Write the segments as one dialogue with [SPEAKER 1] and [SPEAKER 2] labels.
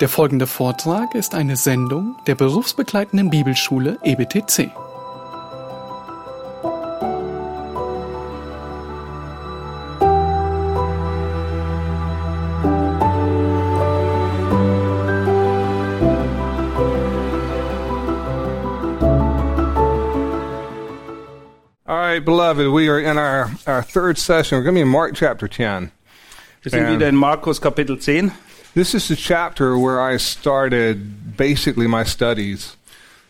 [SPEAKER 1] Der folgende Vortrag ist eine Sendung der berufsbegleitenden Bibelschule E EBTC.
[SPEAKER 2] All right, beloved, we are in our, our third session. We're going to be in Mark chapter 10.
[SPEAKER 3] Wir sind
[SPEAKER 2] Ähm.
[SPEAKER 3] wieder in Markus Kapitel 10.
[SPEAKER 2] This is the chapter where I started basically my studies.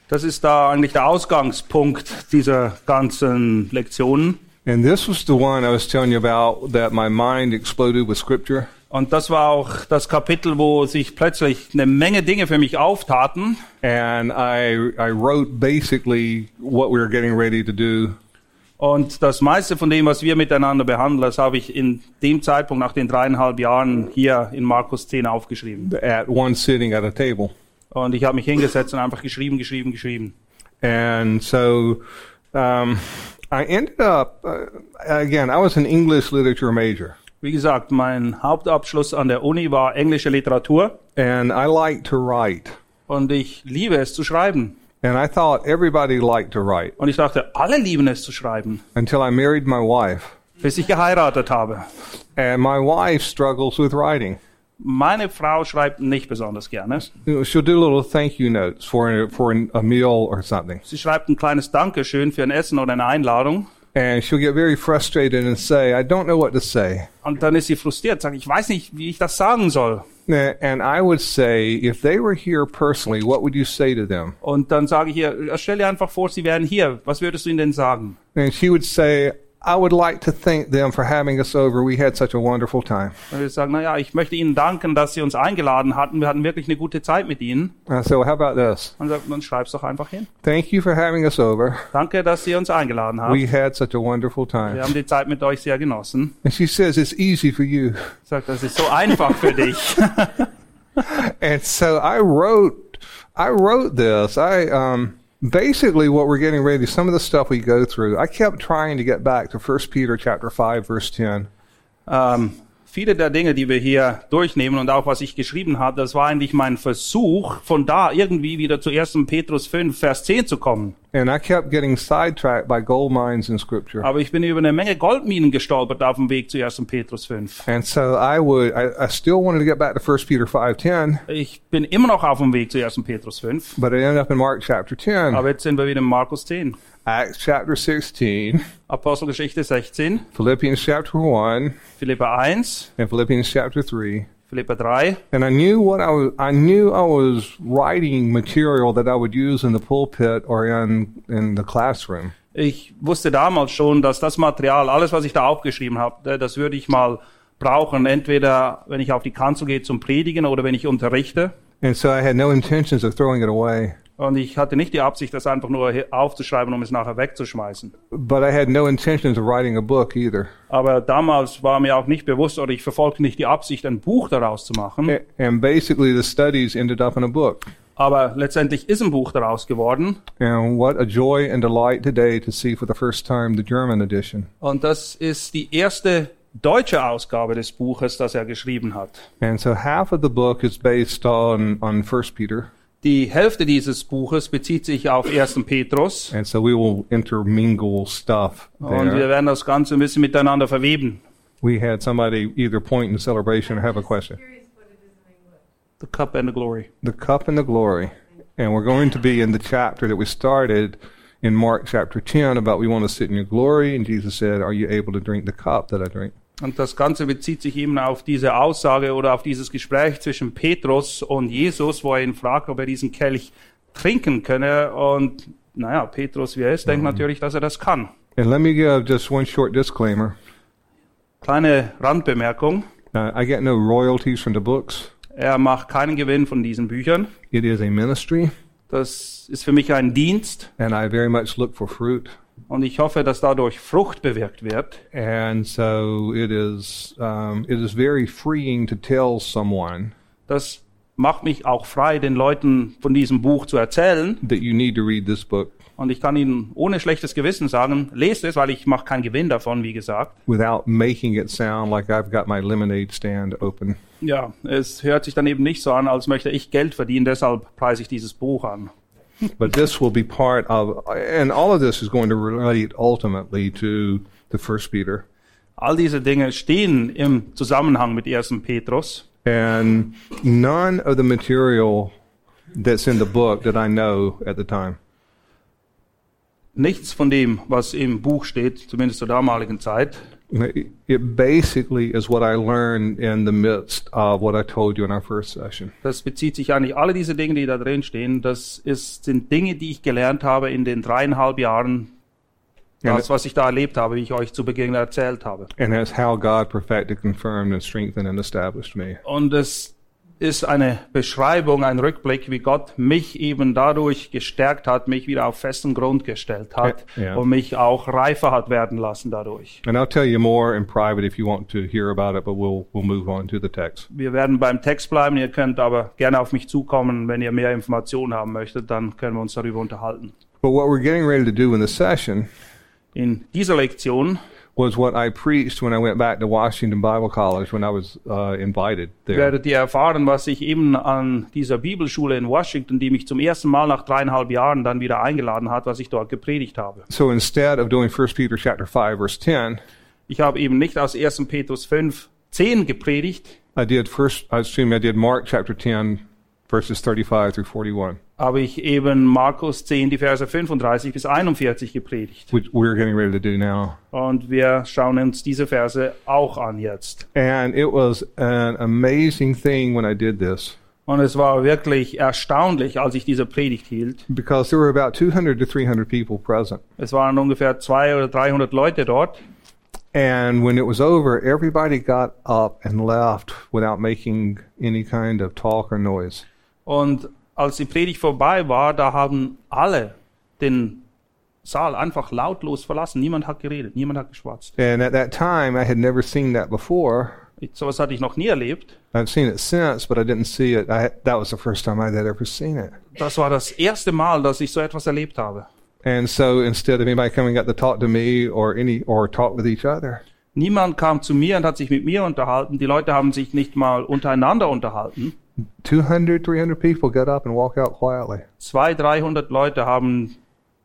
[SPEAKER 3] Das ist da eigentlich der Ausgangspunkt dieser ganzen Lektionen.
[SPEAKER 2] And this was the one I was telling you about that my mind exploded with scripture.
[SPEAKER 3] Und das war auch das Kapitel, wo sich plötzlich eine Menge Dinge für mich auftaten.
[SPEAKER 2] And I, I wrote basically what we were getting ready to do.
[SPEAKER 3] Und das meiste von dem, was wir miteinander behandeln, das habe ich in dem Zeitpunkt nach den dreieinhalb Jahren hier in Markus 10 aufgeschrieben.
[SPEAKER 2] at one sitting at a table.
[SPEAKER 3] Und ich habe mich hingesetzt und einfach geschrieben, geschrieben, geschrieben.
[SPEAKER 2] And so um, I ended up, uh, again, I was an English literature major.
[SPEAKER 3] Wie gesagt, mein Hauptabschluss an der Uni war englische Literatur.
[SPEAKER 2] And I like to write.
[SPEAKER 3] Und ich liebe es zu schreiben.
[SPEAKER 2] And I thought everybody liked to write
[SPEAKER 3] Und ich dachte, alle lieben es zu schreiben.
[SPEAKER 2] until I married my wife.
[SPEAKER 3] bis ich geheiratet habe.
[SPEAKER 2] And my wife struggles with writing.
[SPEAKER 3] Meine Frau schreibt nicht besonders gerne.
[SPEAKER 2] You know, She'll do little thank you notes for, for a meal or something.
[SPEAKER 3] Sie schreibt ein kleines Dankeschön für ein Essen oder eine Einladung.
[SPEAKER 2] And she'll get very frustrated and say, I don't know what to say.
[SPEAKER 3] Und dann ist sie frustriert, sagt, ich weiß nicht, wie ich das sagen soll.
[SPEAKER 2] And I would say, if they were here personally, what would you say to them?
[SPEAKER 3] Und dann sage ich ihr, stell dir einfach vor, sie wären hier. Was würdest du ihnen denn sagen?
[SPEAKER 2] And she would say, I would like to thank them for having us over. We had such a wonderful time.
[SPEAKER 3] Dann würde ich sagen, naja, ich möchte ihnen danken, dass sie uns eingeladen hatten. Wir hatten wirklich eine gute Zeit mit ihnen.
[SPEAKER 2] And I said, Well, how about this?
[SPEAKER 3] Und sagt, dann schreib's doch einfach hin.
[SPEAKER 2] Thank you for having us over.
[SPEAKER 3] Danke, dass sie uns eingeladen haben.
[SPEAKER 2] We had such a wonderful time.
[SPEAKER 3] Wir haben die Zeit mit euch sehr genossen.
[SPEAKER 2] And she says, It's easy for you.
[SPEAKER 3] Sagt, das ist so einfach für dich.
[SPEAKER 2] And so I wrote, I wrote this. I, um, basically what we're getting ready, some of the stuff we go through, I kept trying to get back to 1 Peter chapter 5, verse 10.
[SPEAKER 3] Ähm, viele der Dinge, die wir hier durchnehmen und auch was ich geschrieben habe, das war eigentlich mein Versuch, von da irgendwie wieder zu 1. Petrus 5, Vers 10 zu kommen.
[SPEAKER 2] And I kept getting sidetracked by gold mines in scripture.
[SPEAKER 3] Aber ich bin über eine Menge Goldminen gestolpert auf dem Weg zu 1. Petrus 5.
[SPEAKER 2] And so I would, I, I still wanted to get back to 1 Peter 5, 10.
[SPEAKER 3] Ich bin immer noch auf dem Weg zu 1. Petrus 5.
[SPEAKER 2] But it ended up in Mark chapter 10,
[SPEAKER 3] Aber jetzt sind wir wieder in Markus 10,
[SPEAKER 2] Acts chapter 16,
[SPEAKER 3] Apostelgeschichte 16,
[SPEAKER 2] Philippians chapter 1,
[SPEAKER 3] Philippa 1,
[SPEAKER 2] and Philippians chapter 3.
[SPEAKER 3] Philippa 3.
[SPEAKER 2] And I knew what I was, I knew I was writing material that I would use in the pulpit or in, in the classroom.
[SPEAKER 3] Ich wusste damals schon, dass das Material, alles, was ich da aufgeschrieben habe, äh, das würde ich mal brauchen, entweder wenn ich auf die Kanzel gehe zum Predigen oder wenn ich unterrichte.
[SPEAKER 2] And so I had no intentions of throwing it away,
[SPEAKER 3] Und ich hatte nicht die Absicht, das einfach nur hier aufzuschreiben, um es nachher wegzuschmeißen.
[SPEAKER 2] but I had no intentions of writing a book either.
[SPEAKER 3] Aber damals war mir auch nicht bewusst oder ich verfolgte nicht die Absicht, ein Buch daraus zu machen.
[SPEAKER 2] A- And basically the studies ended up in a book.
[SPEAKER 3] Aber letztendlich ist ein Buch daraus geworden.
[SPEAKER 2] And what a joy and delight today to see for the first time the German edition.
[SPEAKER 3] Und das ist die erste deutsche Ausgabe des Buches, das er geschrieben hat.
[SPEAKER 2] And so half of the book is based on, on 1 Peter.
[SPEAKER 3] Die Hälfte dieses Buches bezieht sich auf 1. Petrus.
[SPEAKER 2] And so we will intermingle stuff
[SPEAKER 3] Und wir
[SPEAKER 2] there.
[SPEAKER 3] werden das Ganze ein bisschen miteinander verweben.
[SPEAKER 2] We had somebody either point in celebration or have a question.
[SPEAKER 4] curious what it is in English.
[SPEAKER 3] The Cup and the Glory.
[SPEAKER 2] The cup and the glory. And we're going to be in the chapter that we started in Mark chapter 10 about we want to sit in your glory. And Jesus said, Are you able to drink the cup that I drink?
[SPEAKER 3] Und das Ganze bezieht sich eben auf diese Aussage oder auf dieses Gespräch zwischen Petrus und Jesus, wo er ihn fragt, ob er diesen Kelch trinken könne. Und naja, Petrus, wie er ist, denkt natürlich, dass er das kann.
[SPEAKER 2] And let me give just one short disclaimer.
[SPEAKER 3] Kleine Randbemerkung.
[SPEAKER 2] Uh, I get no royalties from the books.
[SPEAKER 3] Er macht keinen Gewinn von diesen Büchern.
[SPEAKER 2] It is a ministry,
[SPEAKER 3] Das ist für mich ein Dienst
[SPEAKER 2] and I very much look for fruit.
[SPEAKER 3] und ich hoffe, dass dadurch Frucht bewirkt wird.
[SPEAKER 2] And so it is, um, it is very freeing to tell someone
[SPEAKER 3] Das macht mich auch frei, den Leuten von diesem Buch zu erzählen,
[SPEAKER 2] that you need to read this book.
[SPEAKER 3] Und ich kann Ihnen ohne schlechtes Gewissen sagen, lest es, weil ich mache keinen Gewinn davon, wie gesagt.
[SPEAKER 2] without making it sound like I've got my lemonade stand open.
[SPEAKER 3] Ja, es hört sich dann eben nicht so an, als möchte ich Geld verdienen, deshalb preise ich dieses Buch an.
[SPEAKER 2] But this will be part of, and all of this is going to relate ultimately to the first Peter.
[SPEAKER 3] All diese Dinge stehen im Zusammenhang mit 1. Petrus.
[SPEAKER 2] And none of the material that's in the book that I know at the time.
[SPEAKER 3] Nichts von dem, was im Buch steht, zumindest zur damaligen Zeit,
[SPEAKER 2] It basically is what I learned in the midst of what I told you in our first session.
[SPEAKER 3] das bezieht sich eigentlich, alle diese Dinge, die da drin stehen, das ist, sind Dinge, die ich gelernt habe in den dreieinhalb Jahren,
[SPEAKER 2] And,
[SPEAKER 3] das, was ich da erlebt habe, wie ich euch zu Beginn erzählt habe.
[SPEAKER 2] and that's how God perfected, confirmed, and strengthened, and established me.
[SPEAKER 3] Und es ist eine Beschreibung, ein Rückblick, wie Gott mich eben dadurch gestärkt hat, mich wieder auf festen Grund gestellt hat
[SPEAKER 2] Ja, ja.
[SPEAKER 3] und mich auch reifer hat werden lassen dadurch.
[SPEAKER 2] And I'll tell you more in private if you want to hear about it, but we'll, we'll move on to the text.
[SPEAKER 3] Wir werden beim Text bleiben, ihr könnt aber gerne auf mich zukommen, wenn ihr mehr Informationen haben möchtet, dann können wir uns darüber unterhalten.
[SPEAKER 2] But what we're getting ready to do in the session
[SPEAKER 3] In dieser Lektion
[SPEAKER 2] was what I preached when I went back to Washington Bible College when I was uh, invited there.
[SPEAKER 3] werdet ihr erfahren, was ich eben an dieser Bibelschule in Washington, die mich zum ersten Mal nach dreieinhalb Jahren dann wieder eingeladen hat, was ich dort gepredigt habe.
[SPEAKER 2] So instead of doing 1 Peter chapter 5 verse 10,
[SPEAKER 3] Ich habe eben nicht aus 1. Petrus 5, 10 gepredigt,
[SPEAKER 2] I did first I assume I did Mark chapter 10 verses 35 through 41,
[SPEAKER 3] habe ich eben Markus 10, die Verse 35 bis 41 gepredigt.
[SPEAKER 2] which we're getting ready to do now.
[SPEAKER 3] Und wir schauen uns diese Verse auch an jetzt.
[SPEAKER 2] And it was an amazing thing when I did this
[SPEAKER 3] Und es war wirklich erstaunlich, als ich diese Predigt hielt.
[SPEAKER 2] because there were about 200 to 300 people present.
[SPEAKER 3] Es waren ungefähr 200 oder 300 Leute dort.
[SPEAKER 2] And when it was over, everybody got up and left without making any kind of talk or noise.
[SPEAKER 3] Und als die Predigt vorbei war, da haben alle den Saal einfach lautlos verlassen. Niemand hat geredet, niemand hat geschwatzt.
[SPEAKER 2] And at that time, I had never seen that before.
[SPEAKER 3] Ich- Sowas hatte ich noch nie erlebt.
[SPEAKER 2] I've seen it since, but I didn't see it. I, that was the first time I had ever seen it.
[SPEAKER 3] Das war das erste Mal, dass ich so etwas erlebt habe.
[SPEAKER 2] And so instead of anybody coming up to talk to me or any or talk with each other,
[SPEAKER 3] Niemand kam zu mir und hat sich mit mir unterhalten. Die Leute haben sich nicht mal untereinander unterhalten.
[SPEAKER 2] 200, 300 people got up and walked out quietly.
[SPEAKER 3] Zwei, 300 Leute haben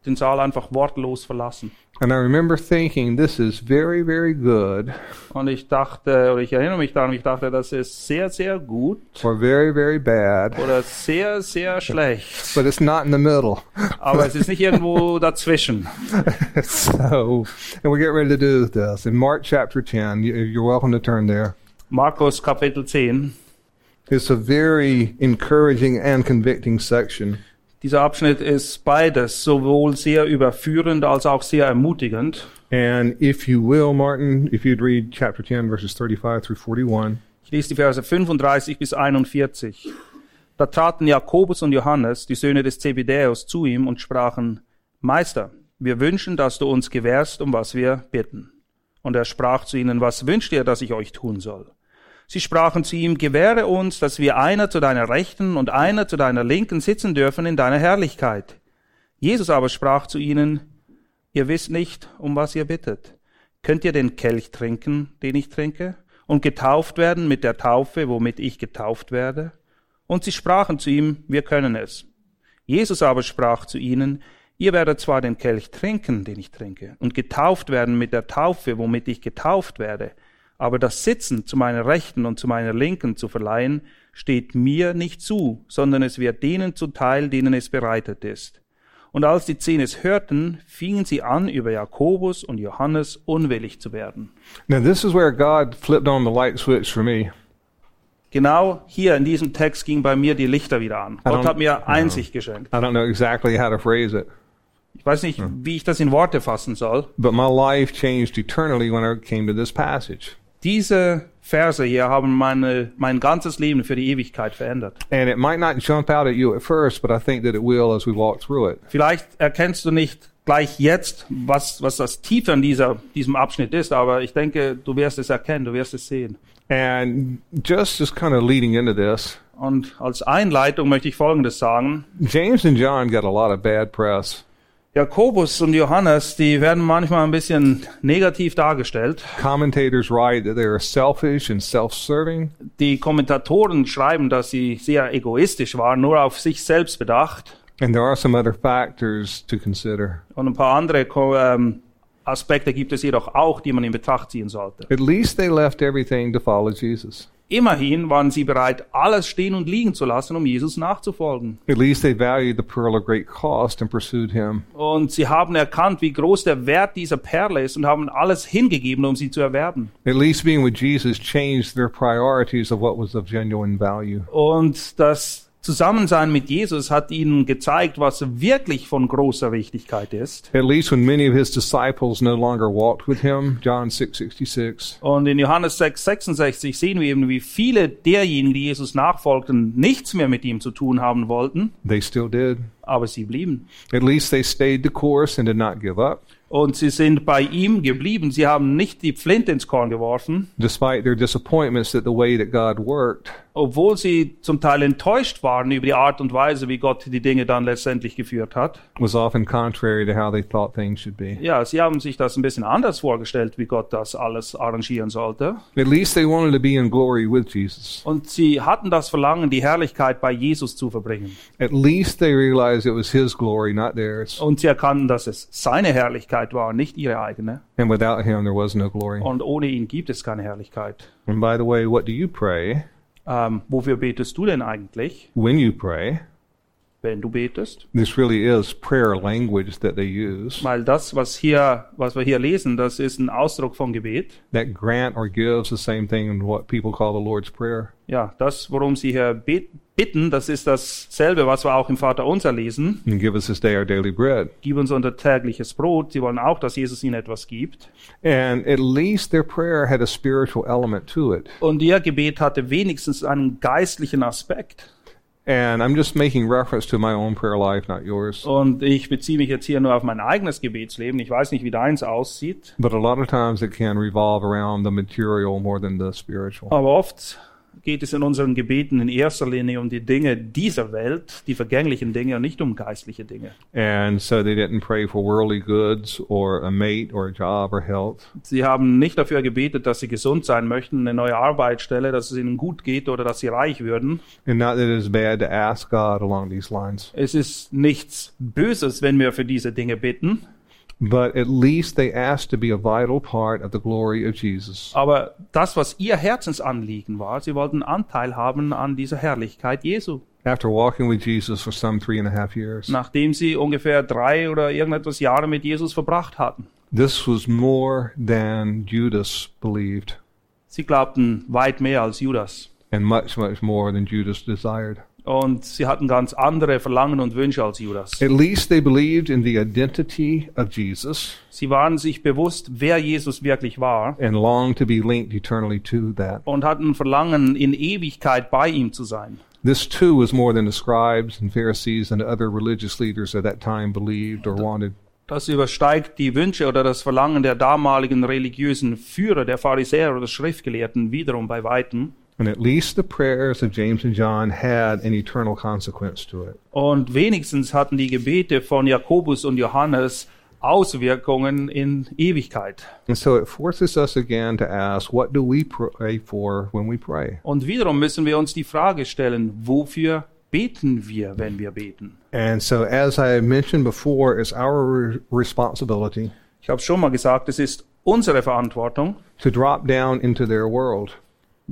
[SPEAKER 3] den Saal einfach wortlos verlassen.
[SPEAKER 2] And I remember thinking, this is very, very good
[SPEAKER 3] Und ich dachte, oder ich erinnere mich daran, ich dachte, das ist sehr, sehr gut
[SPEAKER 2] or very, very bad,
[SPEAKER 3] oder sehr, sehr schlecht.
[SPEAKER 2] but it's not in the middle.
[SPEAKER 3] Aber es ist nicht irgendwo dazwischen.
[SPEAKER 2] so, and we get ready to do this in Mark chapter 10. you- You're welcome to turn there.
[SPEAKER 3] Markus Kapitel 10.
[SPEAKER 2] It's a very encouraging and convicting section.
[SPEAKER 3] Dieser Abschnitt ist beides, sowohl sehr überführend als auch sehr ermutigend.
[SPEAKER 2] And if you will, Martin, if you'd read chapter 10, verses 35 through 41.
[SPEAKER 3] Ich lese die Verse 35 bis 41. Da traten Jakobus und Johannes, die Söhne des Zebedäus, zu ihm und sprachen, Meister, wir wünschen, dass du uns gewährst, um was wir bitten. Und er sprach zu ihnen, was wünscht ihr, dass ich euch tun soll? Sie sprachen zu ihm, gewähre uns, dass wir einer zu deiner Rechten und einer zu deiner Linken sitzen dürfen in deiner Herrlichkeit. Jesus aber sprach zu ihnen, Ihr wisst nicht, um was ihr bittet. Könnt ihr den Kelch trinken, den ich trinke, und getauft werden mit der Taufe, womit ich getauft werde? Und sie sprachen zu ihm, wir können es. Jesus aber sprach zu ihnen, ihr werdet zwar den Kelch trinken, den ich trinke, und getauft werden mit der Taufe, womit ich getauft werde, aber das Sitzen zu meiner Rechten und zu meiner Linken zu verleihen, steht mir nicht zu, sondern es wird denen zuteil, denen es bereitet ist. Und als die zehn es hörten, fingen sie an, über Jakobus und Johannes unwillig zu werden.
[SPEAKER 2] Now, this is where God flipped on the light switch for me.
[SPEAKER 3] Genau hier in diesem Text ging bei mir die Lichter wieder an. Gott
[SPEAKER 2] don't-
[SPEAKER 3] hat mir Einsicht geschenkt.
[SPEAKER 2] I don't know exactly how to phrase it,
[SPEAKER 3] Ich weiß nicht, wie ich das in Worte fassen soll.
[SPEAKER 2] but my life changed eternally when I came to this passage.
[SPEAKER 3] Diese Verse hier haben meine, mein ganzes Leben für die Ewigkeit verändert.
[SPEAKER 2] And it might not jump out at you at first, but I think that it will as we walk through it.
[SPEAKER 3] Vielleicht erkennst du nicht gleich jetzt, was, was das Tiefe an dieser, diesem Abschnitt ist, aber ich denke, du wirst es erkennen, du wirst es sehen.
[SPEAKER 2] And just as kind of leading into this,
[SPEAKER 3] Und als Einleitung möchte ich Folgendes sagen.
[SPEAKER 2] James and John got a lot of bad press.
[SPEAKER 3] Jakobus und Johannes, die werden manchmal ein bisschen negativ dargestellt.
[SPEAKER 2] Commentators write that they are selfish and self-serving.
[SPEAKER 3] Die Kommentatoren schreiben, dass sie sehr egoistisch waren, nur auf sich selbst bedacht.
[SPEAKER 2] And there are some other factors to consider.
[SPEAKER 3] Und ein paar andere Ko- ähm, Aspekte gibt es jedoch auch, die man in Betracht ziehen sollte.
[SPEAKER 2] At least they left everything to follow Jesus.
[SPEAKER 3] Immerhin waren sie bereit, alles stehen und liegen zu lassen, um Jesus nachzufolgen.
[SPEAKER 2] At least they valued the pearl of great cost and pursued him.
[SPEAKER 3] Und sie haben erkannt, wie groß der Wert dieser Perle ist und haben alles hingegeben, um sie zu erwerben.
[SPEAKER 2] At least being with Jesus changed their priorities of what was of genuine value.
[SPEAKER 3] Und das Zusammensein mit Jesus hat ihnen gezeigt, was wirklich von großer Wichtigkeit ist.
[SPEAKER 2] At least when many of his disciples no longer walked with him, John 6:66.
[SPEAKER 3] Und in Johannes 6, 66 sehen wir eben, wie viele derjenigen, die Jesus nachfolgten, nichts mehr mit ihm zu tun haben wollten,
[SPEAKER 2] they still did.
[SPEAKER 3] aber sie blieben.
[SPEAKER 2] At least they stayed the course and did not give up,
[SPEAKER 3] Und sie sind bei ihm geblieben. Sie haben nicht die Flinte ins Korn geworfen,
[SPEAKER 2] despite their disappointments that the way that God worked
[SPEAKER 3] obwohl sie zum Teil enttäuscht waren über die Art und Weise, wie Gott die Dinge dann letztendlich geführt hat.
[SPEAKER 2] was often contrary to how they thought things should be.
[SPEAKER 3] Ja, sie haben sich das ein bisschen anders vorgestellt, wie Gott das alles arrangieren sollte.
[SPEAKER 2] At least they wanted to be in glory with Jesus.
[SPEAKER 3] Und sie hatten das Verlangen, die Herrlichkeit bei Jesus zu verbringen.
[SPEAKER 2] At least they realized it was His glory, not theirs.
[SPEAKER 3] Und sie erkannten, dass es seine Herrlichkeit war, nicht ihre eigene.
[SPEAKER 2] And without Him, there was no glory.
[SPEAKER 3] Und ohne ihn gibt es keine Herrlichkeit.
[SPEAKER 2] And by the way, what do you pray
[SPEAKER 3] Ähm, wofür betest du denn eigentlich,
[SPEAKER 2] when you pray?
[SPEAKER 3] wenn du betest?
[SPEAKER 2] This really is prayer language that they use
[SPEAKER 3] Weil das, was hier, was wir hier lesen, das ist ein Ausdruck von Gebet.
[SPEAKER 2] that grant or gives the same thing in what people call the Lord's Prayer.
[SPEAKER 3] Ja, das, worum sie hier bet- bitten, das ist dasselbe, was wir auch im Vater unser lesen.
[SPEAKER 2] And give us this day our daily bread.
[SPEAKER 3] Gib uns unser tägliches Brot. Sie wollen auch, dass Jesus ihnen etwas gibt.
[SPEAKER 2] And at least their prayer had a spiritual element to it.
[SPEAKER 3] Und ihr Gebet hatte wenigstens einen geistlichen Aspekt.
[SPEAKER 2] And I'm just making reference to my own prayer life, not yours.
[SPEAKER 3] Und ich beziehe mich jetzt hier nur auf mein eigenes Gebetsleben. Ich weiß nicht, wie deins aussieht.
[SPEAKER 2] But a lot of times it can revolve around the material more than the spiritual.
[SPEAKER 3] Aber oft geht es in unseren Gebeten in erster Linie um die Dinge dieser Welt, die vergänglichen Dinge und nicht um geistliche Dinge.
[SPEAKER 2] And so they didn't pray for worldly goods or a mate or a job or health.
[SPEAKER 3] Sie haben nicht dafür gebetet, dass sie gesund sein möchten, eine neue Arbeitsstelle, dass es ihnen gut geht oder dass sie reich würden.
[SPEAKER 2] And not that it is bad to ask God along these lines,
[SPEAKER 3] Es ist nichts Böses, wenn wir für diese Dinge bitten,
[SPEAKER 2] but at least they asked to be a vital part of the glory of Jesus.
[SPEAKER 3] aber das, was ihr Herzensanliegen war, sie wollten Anteil haben an dieser Herrlichkeit Jesu.
[SPEAKER 2] After walking with Jesus for some three and a half years,
[SPEAKER 3] Nachdem sie ungefähr drei oder irgendetwas Jahre mit Jesus verbracht hatten.
[SPEAKER 2] this was more than Judas believed,
[SPEAKER 3] Sie glaubten weit mehr als Judas.
[SPEAKER 2] and much, much more than Judas desired.
[SPEAKER 3] Und sie hatten ganz andere Verlangen und Wünsche als Judas.
[SPEAKER 2] At least they believed in the identity of Jesus
[SPEAKER 3] Sie waren sich bewusst, wer Jesus wirklich war
[SPEAKER 2] and longed to be linked eternally to that.
[SPEAKER 3] und hatten Verlangen, in Ewigkeit bei ihm zu sein.
[SPEAKER 2] This too was more than the scribes and Pharisees and other religious leaders at that time believed or wanted.
[SPEAKER 3] Das übersteigt die Wünsche oder das Verlangen der damaligen religiösen Führer, der Pharisäer oder Schriftgelehrten wiederum bei Weitem.
[SPEAKER 2] And at least the prayers of James and John had an eternal consequence to it.
[SPEAKER 3] Und wenigstens hatten die Gebete von Jakobus und Johannes Auswirkungen in Ewigkeit.
[SPEAKER 2] And so it forces us again to ask, what do we pray for when we pray?
[SPEAKER 3] Und wiederum müssen wir uns die Frage stellen, wofür beten wir, wenn wir beten?
[SPEAKER 2] And so, as I mentioned before, it's our re- responsibility
[SPEAKER 3] Ich habe schon mal gesagt, es ist unsere Verantwortung.
[SPEAKER 2] to drop down into their world.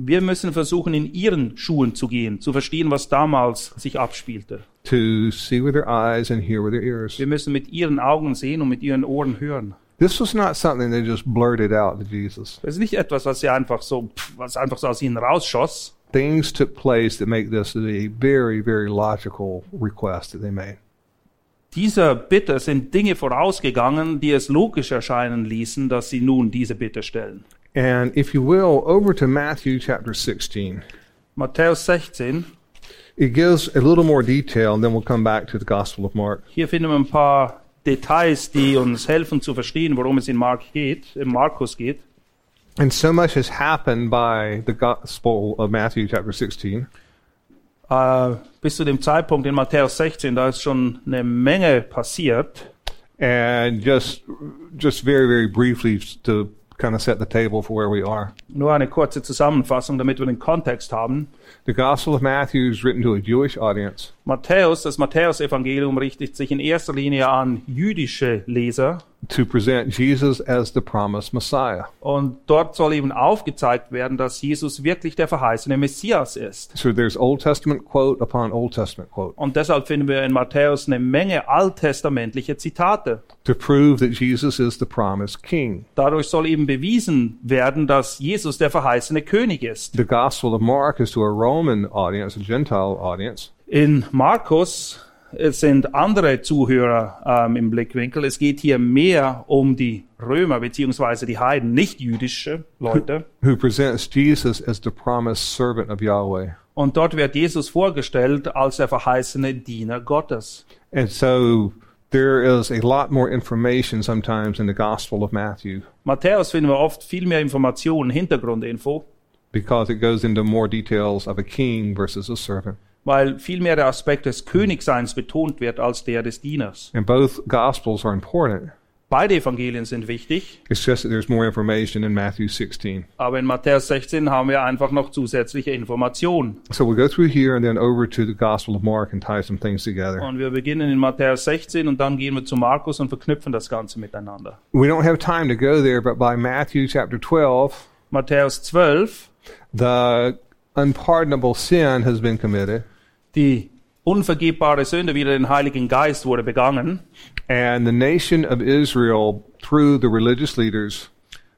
[SPEAKER 3] Wir müssen versuchen, in ihren Schuhen zu gehen, zu verstehen, was damals sich abspielte.
[SPEAKER 2] to see with their eyes and hear with their ears.
[SPEAKER 3] Wir müssen mit ihren Augen sehen und mit ihren Ohren hören.
[SPEAKER 2] This was not something they just blurted out to Jesus.
[SPEAKER 3] Das ist nicht etwas, was sie einfach so, pff, was einfach so aus ihnen rausschoss.
[SPEAKER 2] Things took place that make this a very, very logical request that they made.
[SPEAKER 3] Dieser Bitte sind Dinge vorausgegangen, die es logisch erscheinen ließen, dass sie nun diese Bitte stellen.
[SPEAKER 2] And if you will, over to Matthew chapter 16.
[SPEAKER 3] Matthäus 16.
[SPEAKER 2] It gives a little more detail, and then we'll come back to the Gospel of Mark.
[SPEAKER 3] Hier finden wir ein paar Details, die uns helfen zu verstehen, worum es in Mark geht, in Markus geht.
[SPEAKER 2] And so much has happened by the Gospel of Matthew chapter 16.
[SPEAKER 3] Äh, bis zu dem Zeitpunkt in Matthäus 16, da ist schon eine Menge passiert.
[SPEAKER 2] And just, just very, very briefly to kind of set the table for where we are.
[SPEAKER 3] Nur eine kurze Zusammenfassung, damit wir den Kontext haben.
[SPEAKER 2] The Gospel of Matthew is written to a Jewish audience.
[SPEAKER 3] Matthäus, das Matthäusevangelium richtet sich in erster Linie an jüdische Leser
[SPEAKER 2] to present Jesus as the promised Messiah.
[SPEAKER 3] und dort soll eben aufgezeigt werden, dass Jesus wirklich der verheißene Messias ist.
[SPEAKER 2] So there's Old Testament quote upon Old Testament quote
[SPEAKER 3] Und deshalb finden wir in Matthäus eine Menge alttestamentliche Zitate.
[SPEAKER 2] to prove that Jesus is the promised king.
[SPEAKER 3] Dadurch soll eben bewiesen werden, dass Jesus der verheißene König ist.
[SPEAKER 2] The Gospel of Mark is to a Roman audience, a Gentile audience,
[SPEAKER 3] In Markus es sind andere Zuhörer ähm, im Blickwinkel. Es geht hier mehr um die Römer beziehungsweise die Heiden, nicht jüdische Leute.
[SPEAKER 2] who presents Jesus as the promised servant of Yahweh.
[SPEAKER 3] Und dort wird Jesus vorgestellt als der verheißene Diener Gottes.
[SPEAKER 2] And so there is a lot more information sometimes in the Gospel of Matthew
[SPEAKER 3] Matthäus finden wir oft viel mehr Informationen, Hintergrundinfo,
[SPEAKER 2] because it goes into more details of a king versus a servant.
[SPEAKER 3] weil viel mehr der Aspekt des Königseins betont wird als der des Dieners.
[SPEAKER 2] And both Gospels are important.
[SPEAKER 3] Beide Evangelien sind wichtig,
[SPEAKER 2] It's just that there's more information in Matthew 16.
[SPEAKER 3] aber in Matthäus 16 haben wir einfach noch zusätzliche Informationen.
[SPEAKER 2] So we'll go through here and then over to the Gospel of Mark and tie some things together.
[SPEAKER 3] Und wir beginnen in Matthäus 16 und dann gehen wir zu Markus und verknüpfen das Ganze miteinander.
[SPEAKER 2] We don't have time to go there, but by Matthew chapter 12,
[SPEAKER 3] Matthäus 12,
[SPEAKER 2] the unpardonable sin has been committed,
[SPEAKER 3] die unvergebbare Sünde wider den Heiligen Geist wurde begangen.
[SPEAKER 2] and the nation of Israel, through the religious leaders,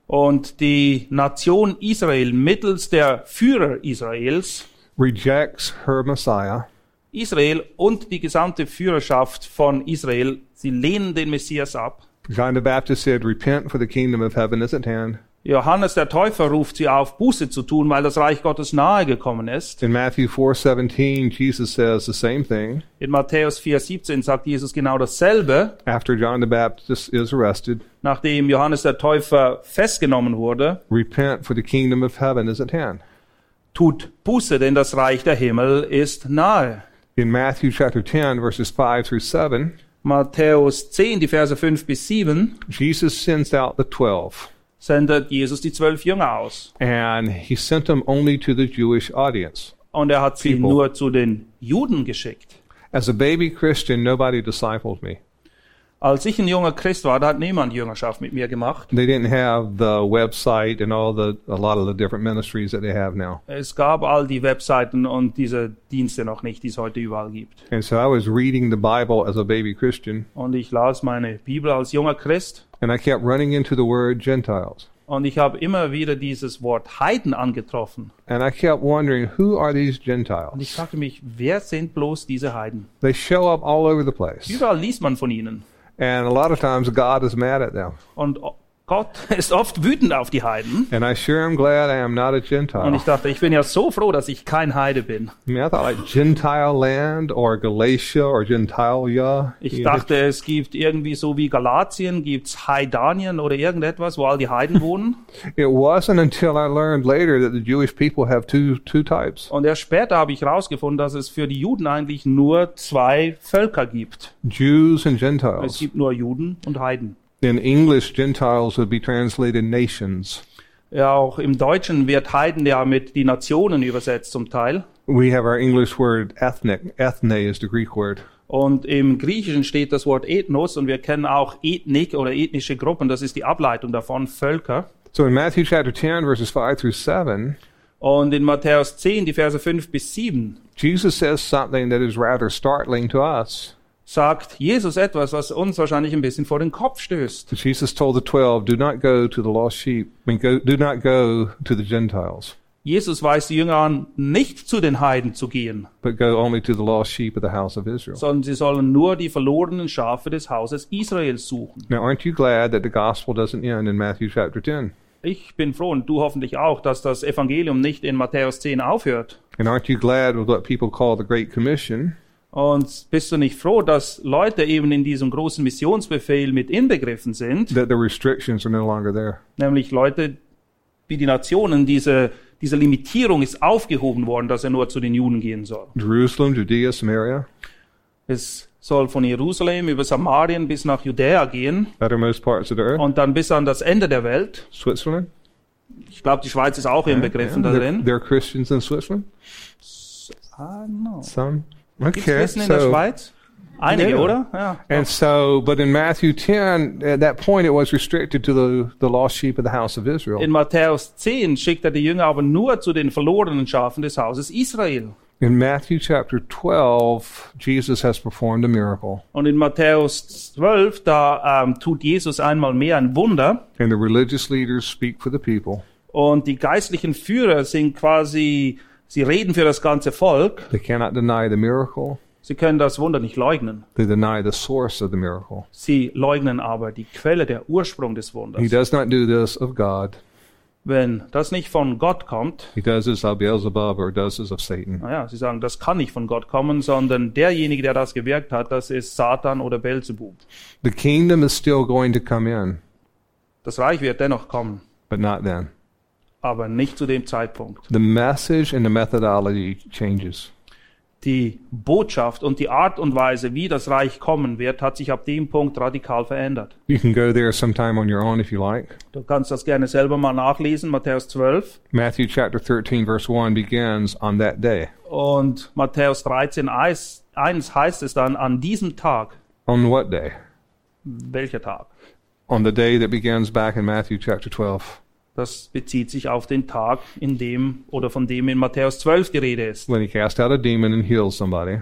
[SPEAKER 3] Und die Nation Israel mittels der Führer Israels,
[SPEAKER 2] rejects her Messiah
[SPEAKER 3] Israel und die gesamte Führerschaft von Israel, sie lehnen den Messias ab.
[SPEAKER 2] John the Baptist said, Repent, for the kingdom of heaven is at hand.
[SPEAKER 3] Johannes der Täufer ruft sie auf, Buße zu tun, weil das Reich Gottes nahe gekommen ist.
[SPEAKER 2] In Matthew 4:17, Jesus says the same thing.
[SPEAKER 3] In Matthäus 4,17 sagt Jesus genau dasselbe,
[SPEAKER 2] After John the Baptist is arrested,
[SPEAKER 3] nachdem Johannes der Täufer festgenommen wurde.
[SPEAKER 2] repent, for the kingdom of heaven is at hand.
[SPEAKER 3] Tut Buße, denn das Reich der Himmel ist nahe.
[SPEAKER 2] In Matthew chapter 10, verses 5 through 7,
[SPEAKER 3] Matthäus 10, die Verse 5 bis 7,
[SPEAKER 2] Jesus sends out the 12,
[SPEAKER 3] sendet Jesus die zwölf Jünger aus.
[SPEAKER 2] and he sent them only to the Jewish audience.
[SPEAKER 3] Und er hat sie
[SPEAKER 2] People.
[SPEAKER 3] nur zu den Juden geschickt.
[SPEAKER 2] As a baby Christian, nobody discipled me.
[SPEAKER 3] Als ich ein junger Christ war, da hat niemand Jüngerschaft mit mir gemacht.
[SPEAKER 2] They didn't have the website and all the a lot of the different ministries that they have now.
[SPEAKER 3] Es gab all die Webseiten und diese Dienste noch nicht, die es heute überall gibt.
[SPEAKER 2] And so I was reading the Bible as a baby Christian,
[SPEAKER 3] Und ich las meine Bibel als junger Christ
[SPEAKER 2] and I kept running into the word Gentiles.
[SPEAKER 3] und ich habe immer wieder dieses Wort Heiden angetroffen.
[SPEAKER 2] And I kept wondering, who are these
[SPEAKER 3] Und ich
[SPEAKER 2] Gentiles?
[SPEAKER 3] fragte mich, wer sind bloß diese Heiden?
[SPEAKER 2] They show up all over the place.
[SPEAKER 3] Überall liest man von ihnen.
[SPEAKER 2] And a lot of times God is mad at them.
[SPEAKER 3] Und o- Gott ist oft wütend auf die Heiden.
[SPEAKER 2] And I sure am glad I am not a
[SPEAKER 3] Und
[SPEAKER 2] Gentile.
[SPEAKER 3] ich dachte, ich bin ja so froh, dass ich kein Heide bin.
[SPEAKER 2] I mean, I thought like Gentile land or Galatia or Gentilia.
[SPEAKER 3] Ich
[SPEAKER 2] You know,
[SPEAKER 3] dachte, es gibt irgendwie so wie Galatien, gibt's Heidanien oder irgendetwas, wo all die Heiden wohnen.
[SPEAKER 2] it wasn't until I learned later that the Jewish people have two two types:
[SPEAKER 3] Und erst später habe ich herausgefunden, dass es für die Juden eigentlich nur zwei Völker gibt.
[SPEAKER 2] Jews and
[SPEAKER 3] Es
[SPEAKER 2] Gentiles.
[SPEAKER 3] gibt nur Juden und Heiden.
[SPEAKER 2] In English, Gentiles would be translated nations.
[SPEAKER 3] Ja, auch im Deutschen wird Heiden ja mit die Nationen übersetzt zum Teil.
[SPEAKER 2] We have our English word ethnic. Ethne is the Greek word.
[SPEAKER 3] Und im Griechischen steht das Wort Ethnos und wir kennen auch Ethnik oder ethnische Gruppen. Das ist die Ableitung davon, Völker.
[SPEAKER 2] So in Matthew chapter 10, verses 5 through 7,
[SPEAKER 3] Und in Matthäus 10, die Verse 5 bis 7,
[SPEAKER 2] Jesus says something that is rather startling to us.
[SPEAKER 3] sagt Jesus etwas, was uns wahrscheinlich ein bisschen vor den Kopf stößt.
[SPEAKER 2] Jesus told the twelve, "Do not go to the lost sheep. I mean, go, do not go to the Gentiles,
[SPEAKER 3] Jesus weist die Jünger an, nicht zu den Heiden zu gehen,
[SPEAKER 2] but go only to the lost sheep of the house of Israel."
[SPEAKER 3] sondern sie sollen nur die verlorenen Schafe des Hauses Israels suchen.
[SPEAKER 2] Now, aren't you glad that the gospel doesn't end in Matthew chapter 10?
[SPEAKER 3] Ich bin froh und du hoffentlich auch, dass das Evangelium nicht in Matthäus 10 aufhört.
[SPEAKER 2] And aren't you glad with what people call the Great Commission
[SPEAKER 3] Und bist du nicht froh, dass Leute eben in diesem großen Missionsbefehl mit inbegriffen sind,
[SPEAKER 2] that the restrictions are no longer there?
[SPEAKER 3] nämlich Leute wie die Nationen, diese, diese Limitierung ist aufgehoben worden, dass er nur zu den Juden gehen soll.
[SPEAKER 2] Jerusalem, Judea, Samaria,
[SPEAKER 3] Es soll von Jerusalem über Samarien bis nach Judäa gehen
[SPEAKER 2] uttermost parts of the earth,
[SPEAKER 3] und dann bis an das Ende der Welt.
[SPEAKER 2] Switzerland.
[SPEAKER 3] Ich glaube, die Schweiz ist auch inbegriffen
[SPEAKER 2] Yeah, there,
[SPEAKER 3] darin.
[SPEAKER 2] there are Christians in Switzerland.
[SPEAKER 3] Ah, no.
[SPEAKER 2] Some.
[SPEAKER 3] Gibt's
[SPEAKER 2] Okay.
[SPEAKER 3] Christen in der
[SPEAKER 2] So,
[SPEAKER 3] Schweiz? Einige,
[SPEAKER 2] Ja.
[SPEAKER 3] oder? Ja.
[SPEAKER 2] and so, but in Matthew 10, at that point, it was restricted to the, the lost sheep of the house of Israel.
[SPEAKER 3] In Matthäus 10 schickt er die Jünger aber nur zu den verlorenen Schafen des Hauses Israel.
[SPEAKER 2] In Matthew chapter 12, Jesus has performed a miracle.
[SPEAKER 3] Und in Matthäus 12, da ähm, tut Jesus einmal mehr ein Wunder.
[SPEAKER 2] And the religious leaders speak for the people.
[SPEAKER 3] Und die geistlichen Führer sind quasi, sie reden für das ganze Volk.
[SPEAKER 2] They cannot deny the miracle.
[SPEAKER 3] Sie können das Wunder nicht leugnen.
[SPEAKER 2] They deny the source of the miracle.
[SPEAKER 3] Sie leugnen aber die Quelle, der Ursprung des
[SPEAKER 2] He
[SPEAKER 3] Wunders.
[SPEAKER 2] does not do this of God.
[SPEAKER 3] Wenn das nicht von Gott kommt,
[SPEAKER 2] He does this of Beelzebub or does this of Satan.
[SPEAKER 3] naja, sie sagen, das kann nicht von Gott kommen, sondern derjenige, der das gewirkt hat, das ist Satan oder Beelzebub.
[SPEAKER 2] The kingdom is still going to come in,
[SPEAKER 3] Das Reich wird dennoch kommen,
[SPEAKER 2] but not then.
[SPEAKER 3] aber nicht zu dem Zeitpunkt.
[SPEAKER 2] The message and the methodology changes.
[SPEAKER 3] Die Botschaft und die Art und Weise, wie das Reich kommen wird, hat sich ab dem Punkt radikal verändert.
[SPEAKER 2] You can go there sometime on your own if you like.
[SPEAKER 3] Du kannst das gerne selber mal nachlesen, Matthäus 12
[SPEAKER 2] Matthew chapter 13 verse 1 begins on that day.
[SPEAKER 3] und Matthäus 13, 1 heißt es dann, an diesem Tag,
[SPEAKER 2] On what day?
[SPEAKER 3] welcher Tag?
[SPEAKER 2] On the day that begins back in Matthew chapter 12
[SPEAKER 3] Das bezieht sich auf den Tag, in dem oder von dem in Matthäus 12 die Rede ist,
[SPEAKER 2] when he cast out a demon and healed somebody.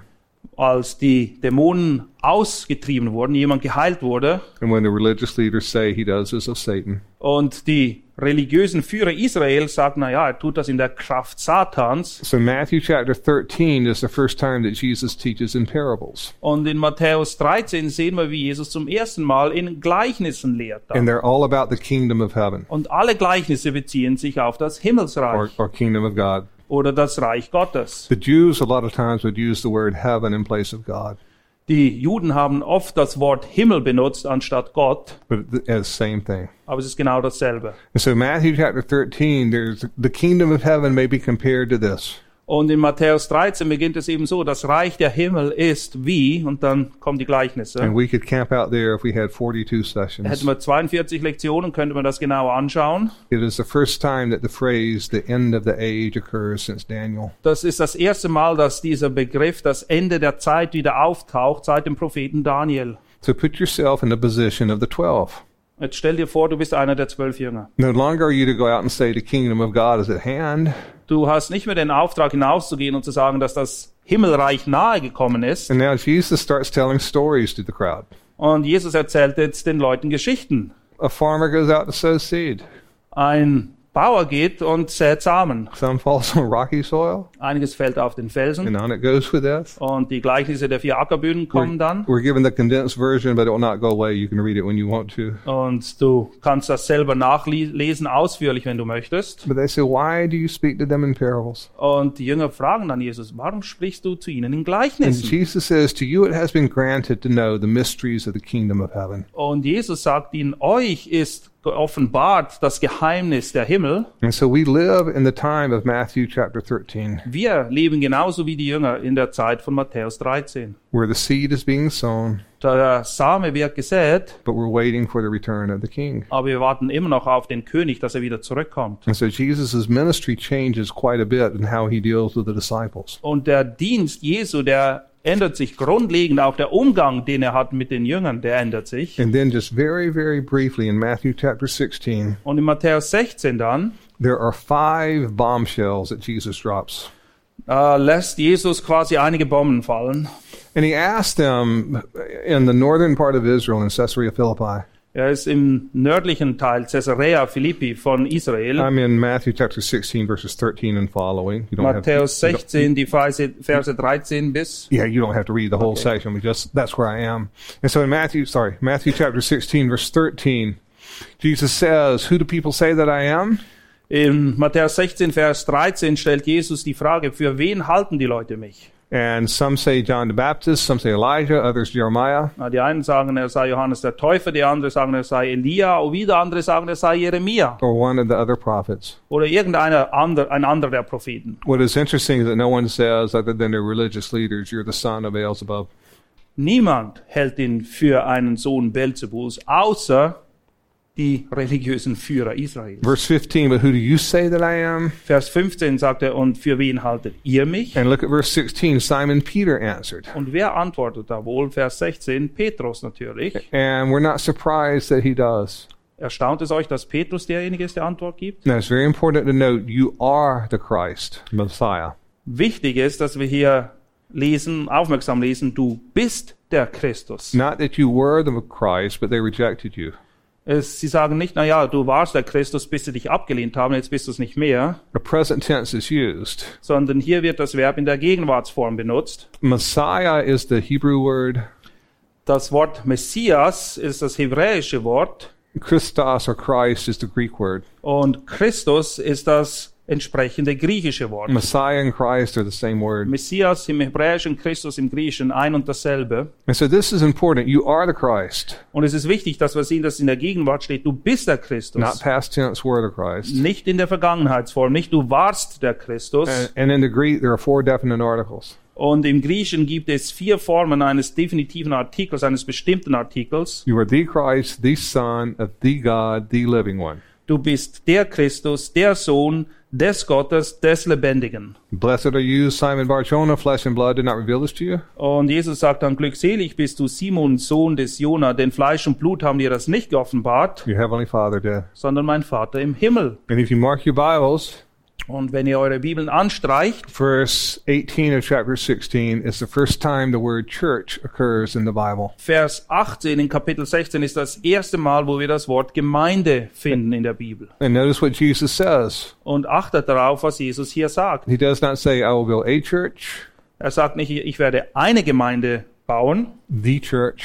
[SPEAKER 3] als die Dämonen ausgetrieben wurden, jemand geheilt wurde
[SPEAKER 2] And when the religious leaders say he does this of Satan,
[SPEAKER 3] und die religiösen Führer Israels sagten, na ja, er tut das in der Kraft Satans
[SPEAKER 2] So Matthew chapter 13 is the first time that Jesus teaches in parables.
[SPEAKER 3] und in Matthäus 13 sehen wir, wie Jesus zum ersten Mal in Gleichnissen lehrt.
[SPEAKER 2] And they're all about the kingdom of heaven
[SPEAKER 3] Und alle Gleichnisse beziehen sich auf das
[SPEAKER 2] or,
[SPEAKER 3] Himmelsreich
[SPEAKER 2] or kingdom of God.
[SPEAKER 3] oder das Reich Gottes.
[SPEAKER 2] The Jews a lot of times would use the word heaven in place of God,
[SPEAKER 3] Die Juden haben oft das Wort Himmel benutzt anstatt Gott,
[SPEAKER 2] but th- as same thing.
[SPEAKER 3] aber es ist genau dasselbe.
[SPEAKER 2] And so Matthew chapter 13, there's the kingdom of heaven may be compared to this.
[SPEAKER 3] Und in Matthäus 13 beginnt es eben so, das Reich der Himmel ist wie, und dann kommen die
[SPEAKER 2] And
[SPEAKER 3] Gleichnisse.
[SPEAKER 2] we could camp out there if we had 42
[SPEAKER 3] Hätten
[SPEAKER 2] sessions.
[SPEAKER 3] wir 42 Lektionen, könnte man das genauer anschauen.
[SPEAKER 2] It is the first time that the phrase the end of the age occurs since Daniel.
[SPEAKER 3] Das ist das erste Mal, dass dieser Begriff, das Ende der Zeit, wieder auftaucht, seit dem Propheten Daniel.
[SPEAKER 2] So put yourself in the position of the 12.
[SPEAKER 3] Jetzt stell dir vor, du bist einer der zwölf Jünger.
[SPEAKER 2] No longer are you to go out and say the kingdom of God is at hand.
[SPEAKER 3] Du hast nicht mehr den Auftrag hinauszugehen und zu sagen, dass das Himmelreich nahe gekommen ist.
[SPEAKER 2] And now Jesus starts telling stories to the crowd.
[SPEAKER 3] Und Jesus erzählt jetzt den Leuten Geschichten.
[SPEAKER 2] A farmer goes out to sow seed.
[SPEAKER 3] Ein Bauer geht und sät Samen.
[SPEAKER 2] Some falls on rocky soil,
[SPEAKER 3] Einiges fällt auf den Felsen.
[SPEAKER 2] and on it goes with us.
[SPEAKER 3] Und die Gleichnisse der vier Ackerböden kommen dann.
[SPEAKER 2] We're given the condensed version, but it will not go away. You can read it when you want to.
[SPEAKER 3] Und du kannst das selber nachlesen, ausführlich, wenn du möchtest.
[SPEAKER 2] But they say, Why do you speak to them in parables?
[SPEAKER 3] Und die Jünger fragen dann Jesus, warum sprichst du zu ihnen in
[SPEAKER 2] And
[SPEAKER 3] Gleichnissen?
[SPEAKER 2] Jesus says, To you it has been granted to know the mysteries of the kingdom of heaven.
[SPEAKER 3] Und Jesus sagt ihnen, euch ist offenbart das Geheimnis der Himmel.
[SPEAKER 2] And so we live in the time of Matthew chapter 13,
[SPEAKER 3] Wir leben genauso wie die Jünger in der Zeit von Matthäus 13.
[SPEAKER 2] where the seed is being sown,
[SPEAKER 3] Der Same wird gesät,
[SPEAKER 2] but we're waiting for the return of the king.
[SPEAKER 3] aber wir warten immer noch auf den König, dass er wieder zurückkommt.
[SPEAKER 2] And so Jesus' ministry changes quite a bit in how he deals with the disciples.
[SPEAKER 3] Und der Dienst Jesu, der ändert sich grundlegend, auch der Umgang, den er hat mit den Jüngern, der ändert sich.
[SPEAKER 2] And then, just very, very briefly, in Matthew chapter 16,
[SPEAKER 3] Und in Matthäus 16 dann
[SPEAKER 2] there are five bombshells that Jesus drops.
[SPEAKER 3] äh, lässt Jesus quasi einige Bomben fallen.
[SPEAKER 2] And he asked them in the northern part of Israel, in Caesarea Philippi.
[SPEAKER 3] Er ist im nördlichen Teil Caesarea Philippi von Israel.
[SPEAKER 2] I'm in Matthew chapter 16, verses 13 and following. You don't have-
[SPEAKER 3] Matthäus
[SPEAKER 2] you don't-
[SPEAKER 3] 16, die Verse Verse 13 bis
[SPEAKER 2] yeah, you don't have to read the whole section. We just that's where I am. And so in Matthew, sorry, Matthew chapter 16, verse 13, Jesus says, "Who do people say that I am?"
[SPEAKER 3] In Matthäus 16, Vers 13 stellt Jesus die Frage, für wen halten die Leute mich?
[SPEAKER 2] And some say John the Baptist, some say Elijah, others Jeremiah.
[SPEAKER 3] Na, Die einen sagen, er sei Johannes der Täufer, die anderen sagen, er sei Elia, und wieder andere sagen, er sei Jeremia
[SPEAKER 2] or one of the other prophets.
[SPEAKER 3] oder irgendeiner ander, ein anderer der Propheten.
[SPEAKER 2] What is interesting is that no one says, other than the religious leaders, you're the son of Beelzebub.
[SPEAKER 3] Niemand hält ihn für einen Sohn Belzebus, außer die religiösen Führer Israels.
[SPEAKER 2] Verse 15, but who do you say that I am?
[SPEAKER 3] Vers 15 sagt er, und für wen haltet ihr mich?
[SPEAKER 2] And look at verse 16. Simon Peter answered.
[SPEAKER 3] Und wer antwortet da wohl? Vers 16, Petrus natürlich.
[SPEAKER 2] And we're not surprised that he does.
[SPEAKER 3] Erstaunt es euch, dass Petrus derjenige ist, der Antwort gibt?
[SPEAKER 2] Now, it's very important to note you are the Christ, Messiah.
[SPEAKER 3] Wichtig ist, dass wir hier lesen, aufmerksam lesen, du bist der Christus.
[SPEAKER 2] Not that you were the Christ, but they rejected you.
[SPEAKER 3] Es, sie sagen nicht, na ja, du warst der Christus, bis sie dich abgelehnt haben, jetzt bist du es nicht mehr,
[SPEAKER 2] The present tense is used.
[SPEAKER 3] sondern hier wird das Verb in der Gegenwartsform benutzt.
[SPEAKER 2] Messiah is the Hebrew word
[SPEAKER 3] Das Wort Messias ist das hebräische Wort
[SPEAKER 2] Christos or Christ is the Greek word.
[SPEAKER 3] und Christus ist das entsprechende griechische Wort.
[SPEAKER 2] Messiah and Christ are the same word.
[SPEAKER 3] Messias im Hebräischen, Christus im Griechischen, ein und dasselbe.
[SPEAKER 2] And so this is important. You are the Christ,
[SPEAKER 3] Und es ist wichtig, dass wir sehen, dass in der Gegenwart steht, du bist der
[SPEAKER 2] not
[SPEAKER 3] Christus.
[SPEAKER 2] past tense, were the Christ.
[SPEAKER 3] Nicht in der Vergangenheitsform, nicht du warst der Christus.
[SPEAKER 2] And, and in the Greek, there are four definite articles.
[SPEAKER 3] Und im Griechischen gibt es vier Formen eines definitiven Artikels, eines bestimmten Artikels.
[SPEAKER 2] You are the Christ, the Son of the God, the living one.
[SPEAKER 3] Du bist der Christus, der Sohn des Gottes, des Lebendigen.
[SPEAKER 2] Blessed are you, Simon Barjona, flesh and blood did not reveal this to you,
[SPEAKER 3] Und Jesus sagt dann, glückselig bist du Simon, Sohn des Jona, denn Fleisch und Blut haben dir das nicht geoffenbart,
[SPEAKER 2] your heavenly Father did.
[SPEAKER 3] sondern mein Vater im Himmel.
[SPEAKER 2] And if you mark your Bibles,
[SPEAKER 3] Und wenn ihr eure Bibeln anstreicht,
[SPEAKER 2] verse 18 of chapter 16 is the first time the word church occurs in the Bible.
[SPEAKER 3] Vers 18 in Kapitel 16 ist das erste Mal, wo wir das Wort Gemeinde finden in der Bibel.
[SPEAKER 2] And notice what Jesus says.
[SPEAKER 3] Und achtet darauf, was Jesus hier sagt.
[SPEAKER 2] He does not say, I will build a church,
[SPEAKER 3] Er sagt nicht, ich werde eine Gemeinde bauen,
[SPEAKER 2] the church.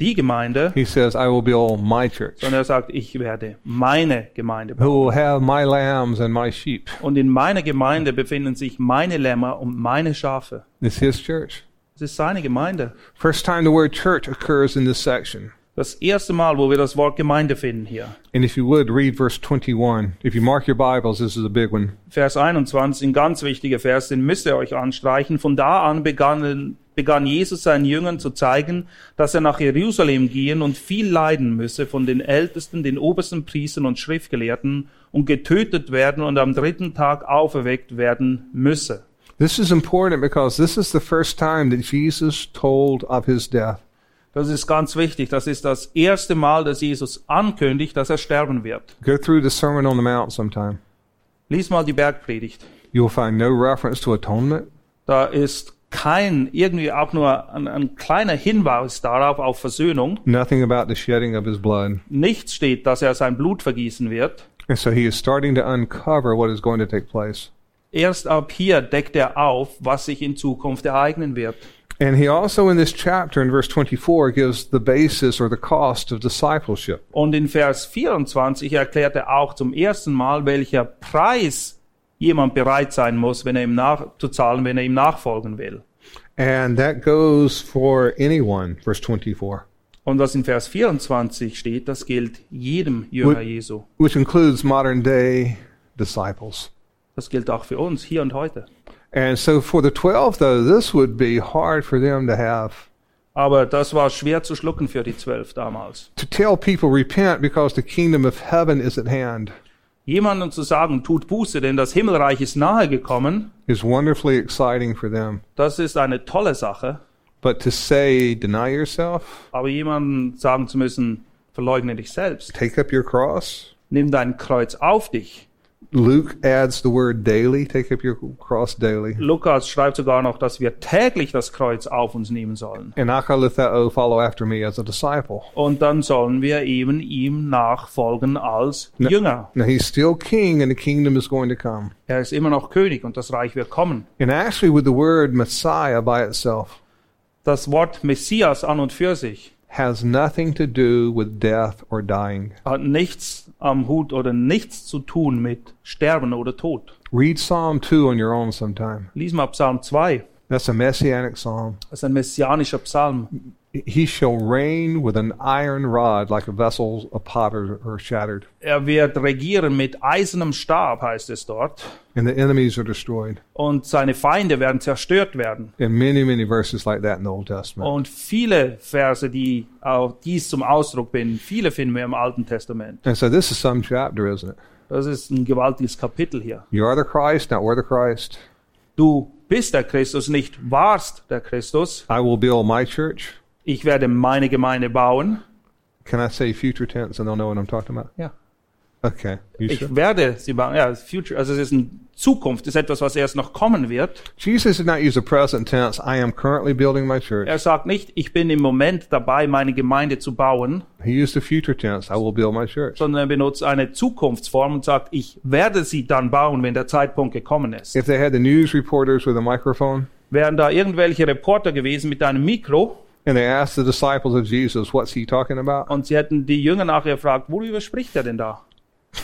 [SPEAKER 3] die Gemeinde,
[SPEAKER 2] He says, I will build my church,
[SPEAKER 3] sondern er sagt, ich werde meine Gemeinde bauen.
[SPEAKER 2] who will have my lambs and my sheep.
[SPEAKER 3] Und in meiner Gemeinde befinden sich meine Lämmer und meine Schafe.
[SPEAKER 2] It's his church.
[SPEAKER 3] Es ist seine Gemeinde.
[SPEAKER 2] First time the word church occurs in this section.
[SPEAKER 3] Das erste Mal, wo wir das Wort Gemeinde finden hier.
[SPEAKER 2] And if you would, read verse 21. If you mark your Bibles, this is a big one.
[SPEAKER 3] Vers 21, ein ganz wichtiger Vers, den müsst ihr euch anstreichen. Von da an begann, begann Jesus seinen Jüngern zu zeigen, dass er nach Jerusalem gehen und viel leiden müsse von den Ältesten, den obersten Priestern und Schriftgelehrten und getötet werden und am dritten Tag auferweckt werden müsse.
[SPEAKER 2] This is important because this is the first time that Jesus told of his death.
[SPEAKER 3] Das ist ganz wichtig. Das ist das erste Mal, dass Jesus ankündigt, dass er sterben wird.
[SPEAKER 2] Go through the Sermon on the Mount sometime.
[SPEAKER 3] Lies mal die Bergpredigt.
[SPEAKER 2] You will find no reference to atonement.
[SPEAKER 3] Da ist kein, irgendwie auch nur ein, ein kleiner Hinweis darauf auf Versöhnung.
[SPEAKER 2] Nothing about the shedding of his blood.
[SPEAKER 3] nichts steht, dass er sein Blut vergießen wird.
[SPEAKER 2] And so he is starting to uncover what is going to take place.
[SPEAKER 3] Erst ab hier deckt er auf, was sich in Zukunft ereignen wird.
[SPEAKER 2] And he also, in this chapter, in verse 24, gives the basis or the cost of discipleship.
[SPEAKER 3] Und in Vers 24 erklärt er auch zum ersten Mal, welcher Preis jemand bereit sein muss, wenn er ihm nach, zu zahlen, wenn er ihm nachfolgen will.
[SPEAKER 2] And that goes for anyone, verse 24,
[SPEAKER 3] Und was in Vers 24 steht, das gilt jedem Jünger
[SPEAKER 2] Und-
[SPEAKER 3] Jesu.
[SPEAKER 2] which includes modern day disciples.
[SPEAKER 3] Das gilt auch für uns hier und heute.
[SPEAKER 2] And so for the 12, though, this would be hard for them to have.
[SPEAKER 3] Aber das war schwer zu schlucken für die Zwölf damals.
[SPEAKER 2] To tell people, repent because the kingdom of heaven is at hand,
[SPEAKER 3] Jemandem zu sagen, tut Buße, denn das Himmelreich ist nahe gekommen,
[SPEAKER 2] is wonderfully exciting for them.
[SPEAKER 3] das ist eine tolle Sache.
[SPEAKER 2] But to say, deny yourself,
[SPEAKER 3] Aber jemandem sagen zu müssen, verleugne dich selbst,
[SPEAKER 2] take up your cross.
[SPEAKER 3] nimm dein Kreuz auf dich.
[SPEAKER 2] Luke adds the word daily, take up your cross daily.
[SPEAKER 3] Lukas schreibt sogar noch, dass wir täglich das Kreuz auf uns nehmen sollen.
[SPEAKER 2] And Akalithao, "Oh, follow after me as a disciple.
[SPEAKER 3] Und dann sollen wir eben ihm nachfolgen als
[SPEAKER 2] Ne-
[SPEAKER 3] Jünger.
[SPEAKER 2] Now he's still king and the kingdom is going to come.
[SPEAKER 3] Er ist immer noch König und das Reich wird kommen.
[SPEAKER 2] And actually with the word Messiah by itself
[SPEAKER 3] Das Wort Messias an und für sich
[SPEAKER 2] has nothing to do with death or dying.
[SPEAKER 3] hat nichts am Hut oder nichts zu tun mit Sterben oder Tod.
[SPEAKER 2] Read Psalm 2 on your own sometime.
[SPEAKER 3] Lies mal Psalm 2.
[SPEAKER 2] That's a messianic psalm.
[SPEAKER 3] Das ist ein messianischer Psalm.
[SPEAKER 2] He shall reign with an iron rod, like a vessel of potter are shattered,
[SPEAKER 3] Er wird regieren mit eisernem Stab, heißt es dort.
[SPEAKER 2] and the enemies are destroyed.
[SPEAKER 3] Und seine Feinde werden zerstört werden.
[SPEAKER 2] And many, many verses like that in the Old Testament.
[SPEAKER 3] Und viele Verse, die auch dies zum Ausdruck bringen, viele finden wir im Alten Testament.
[SPEAKER 2] And so this is some chapter, isn't it?
[SPEAKER 3] Das ist ein gewaltiges Kapitel hier.
[SPEAKER 2] You are the Christ, not we're the Christ.
[SPEAKER 3] Du bist der Christus, nicht warst der Christus.
[SPEAKER 2] I will build my church.
[SPEAKER 3] Ich werde meine Gemeinde bauen.
[SPEAKER 2] Can I say future tense and they'll know what I'm talking about?
[SPEAKER 3] Ja.
[SPEAKER 2] Okay. You sure?
[SPEAKER 3] Ich werde sie bauen. Ja, Future, also es ist ein Zukunft, es ist etwas, was erst noch kommen wird.
[SPEAKER 2] Jesus did not use the present tense. I am currently building my church.
[SPEAKER 3] Er sagt nicht, ich bin im Moment dabei, meine Gemeinde zu bauen,
[SPEAKER 2] He used the future tense. I will build my church.
[SPEAKER 3] sondern er benutzt eine Zukunftsform und sagt, ich werde sie dann bauen, wenn der Zeitpunkt gekommen ist.
[SPEAKER 2] If they had the news reporters with a microphone
[SPEAKER 3] Wären da irgendwelche Reporter gewesen mit einem Mikro
[SPEAKER 2] and they asked the disciples of Jesus, what's he talking about?
[SPEAKER 3] und sie hätten die Jünger nachher gefragt, worüber spricht er denn da?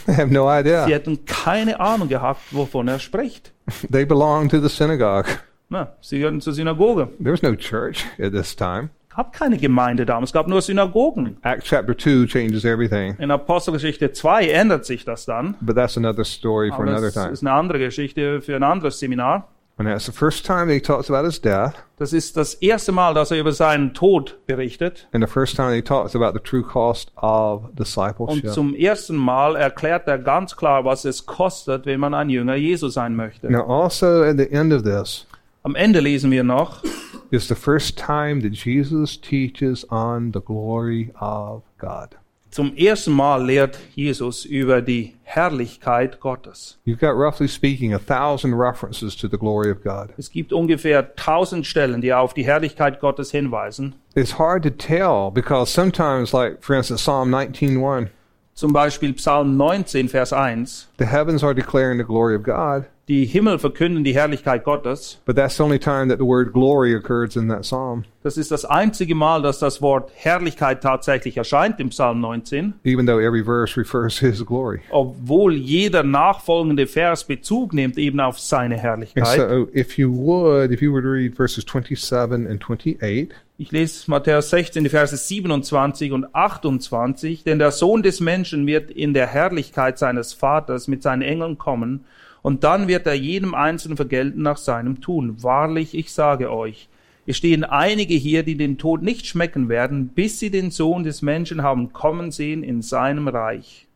[SPEAKER 2] They have no
[SPEAKER 3] Sie
[SPEAKER 2] idea.
[SPEAKER 3] hätten keine Ahnung gehabt, wovon er spricht.
[SPEAKER 2] They belonged to the synagogue.
[SPEAKER 3] Na, sie gehörten zur Synagoge.
[SPEAKER 2] There was no church at this time.
[SPEAKER 3] gab keine Gemeinde damals, gab nur Synagogen.
[SPEAKER 2] Acts chapter 2 changes everything,
[SPEAKER 3] In Apostelgeschichte 2 ändert sich das dann.
[SPEAKER 2] but that's another story for
[SPEAKER 3] Aber
[SPEAKER 2] another
[SPEAKER 3] das
[SPEAKER 2] time.
[SPEAKER 3] ist eine andere Geschichte für ein anderes Seminar.
[SPEAKER 2] And that's the first time that he talks about his death,
[SPEAKER 3] Das ist das erste Mal, dass er über seinen Tod berichtet.
[SPEAKER 2] and the first time he talks about the true cost of
[SPEAKER 3] Und
[SPEAKER 2] discipleship.
[SPEAKER 3] zum ersten Mal erklärt er ganz klar, was es kostet, wenn man ein Jünger Jesu sein möchte.
[SPEAKER 2] Now, also at the end of this
[SPEAKER 3] Am Ende lesen wir noch,
[SPEAKER 2] is the first time that Jesus teaches on the glory of God.
[SPEAKER 3] zum ersten Mal lehrt Jesus über die Herrlichkeit Gottes.
[SPEAKER 2] You've got, roughly speaking, a thousand references to the glory of God.
[SPEAKER 3] Es gibt ungefähr 1000 Stellen, die auf die Herrlichkeit Gottes hinweisen.
[SPEAKER 2] It's hard to tell because sometimes, like for instance, Psalm 19:1,
[SPEAKER 3] Zum Beispiel Psalm 19, Vers 1.
[SPEAKER 2] the heavens are declaring the glory of God,
[SPEAKER 3] Die Himmel verkünden die Herrlichkeit Gottes.
[SPEAKER 2] but that's the only time that the word glory occurs in that psalm.
[SPEAKER 3] Das ist das einzige Mal, dass das Wort Herrlichkeit tatsächlich erscheint im Psalm 19,
[SPEAKER 2] even though every verse refers to his glory.
[SPEAKER 3] obwohl jeder nachfolgende Vers Bezug nimmt eben auf seine
[SPEAKER 2] And
[SPEAKER 3] Herrlichkeit.
[SPEAKER 2] so, if you would, if you were to read verses 27 and 28,
[SPEAKER 3] Ich lese Matthäus 16, die Verse 27 und 28. Denn der Sohn des Menschen wird in der Herrlichkeit seines Vaters mit seinen Engeln kommen, und dann wird er jedem Einzelnen vergelten nach seinem Tun. Wahrlich, ich sage euch, es stehen einige hier, die den Tod nicht schmecken werden, bis sie den Sohn des Menschen haben kommen sehen in seinem Reich.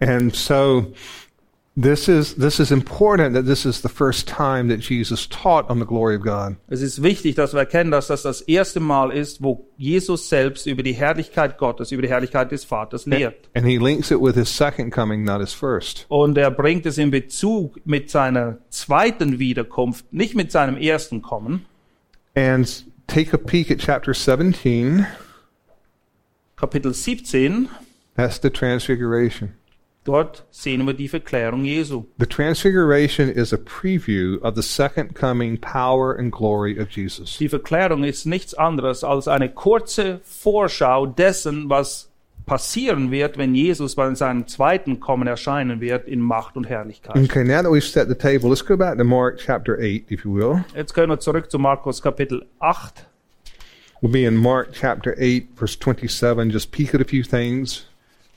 [SPEAKER 2] and so this is this is important that this is the first time that Jesus taught on the glory of God.
[SPEAKER 3] Es ist wichtig, dass wir erkennen, dass das das erste Mal ist, wo Jesus selbst über die Herrlichkeit Gottes, über die Herrlichkeit des Vaters lehrt.
[SPEAKER 2] And he links it with his second coming, not his first.
[SPEAKER 3] Und er bringt es in Bezug mit seiner zweiten Wiederkunft, nicht mit seinem ersten Kommen.
[SPEAKER 2] And take a peek at chapter 17.
[SPEAKER 3] Kapitel 17,
[SPEAKER 2] That's the transfiguration.
[SPEAKER 3] dort sehen wir die Verklärung Jesu.
[SPEAKER 2] The transfiguration is a preview of the second coming power and glory of Jesus.
[SPEAKER 3] Die Verklärung ist nichts anderes als eine kurze Vorschau dessen, was passieren wird, wenn Jesus bei seinem zweiten Kommen erscheinen wird in Macht und Herrlichkeit.
[SPEAKER 2] Okay, now that we've set the table, let's go back to Mark chapter 8, if you will.
[SPEAKER 3] Jetzt können wir zurück zu Markus Kapitel 8.
[SPEAKER 2] We'll be in Mark chapter 8, verse 27. Just peek at a few things.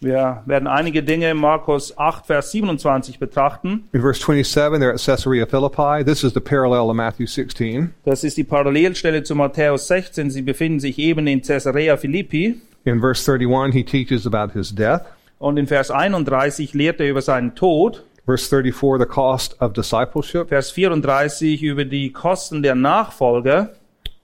[SPEAKER 3] Wir werden einige Dinge in Markus 8, Vers 27 betrachten.
[SPEAKER 2] In verse 27, they're at Caesarea Philippi. This is the parallel of Matthew 16.
[SPEAKER 3] Das ist die Parallelstelle zu Matthäus 16. Sie befinden sich eben in Caesarea Philippi.
[SPEAKER 2] In verse 31, he teaches about his death.
[SPEAKER 3] Und in Vers 31 lehrt er über seinen Tod.
[SPEAKER 2] Verse 34, the cost of discipleship.
[SPEAKER 3] Vers 34 über die Kosten der Nachfolge.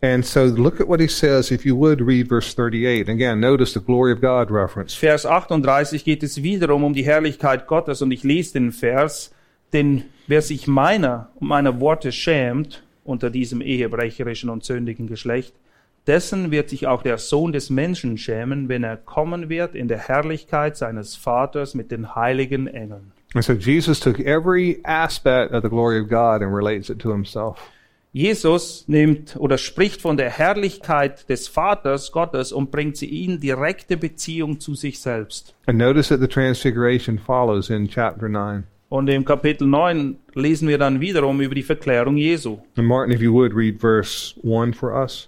[SPEAKER 2] And so look at what he says, if you would read verse 38. Again, notice the glory of God reference.
[SPEAKER 3] Vers 38 geht es wiederum um die Herrlichkeit Gottes. Und ich lese den Vers, denn wer sich meiner und meiner Worte schämt unter diesem ehebrecherischen und sündigen Geschlecht, dessen wird sich auch der Sohn des Menschen schämen, wenn er kommen wird in der Herrlichkeit seines Vaters mit den heiligen Engeln.
[SPEAKER 2] And so Jesus took every aspect of the glory of God and relates it to himself.
[SPEAKER 3] Jesus nimmt oder spricht von der Herrlichkeit des Vaters Gottes und bringt sie in direkte Beziehung zu sich selbst.
[SPEAKER 2] And notice that the transfiguration follows in chapter 9.
[SPEAKER 3] Und im Kapitel 9 lesen wir dann wiederum über die Verklärung Jesu.
[SPEAKER 2] And Martin, if you would read verse 1 for us.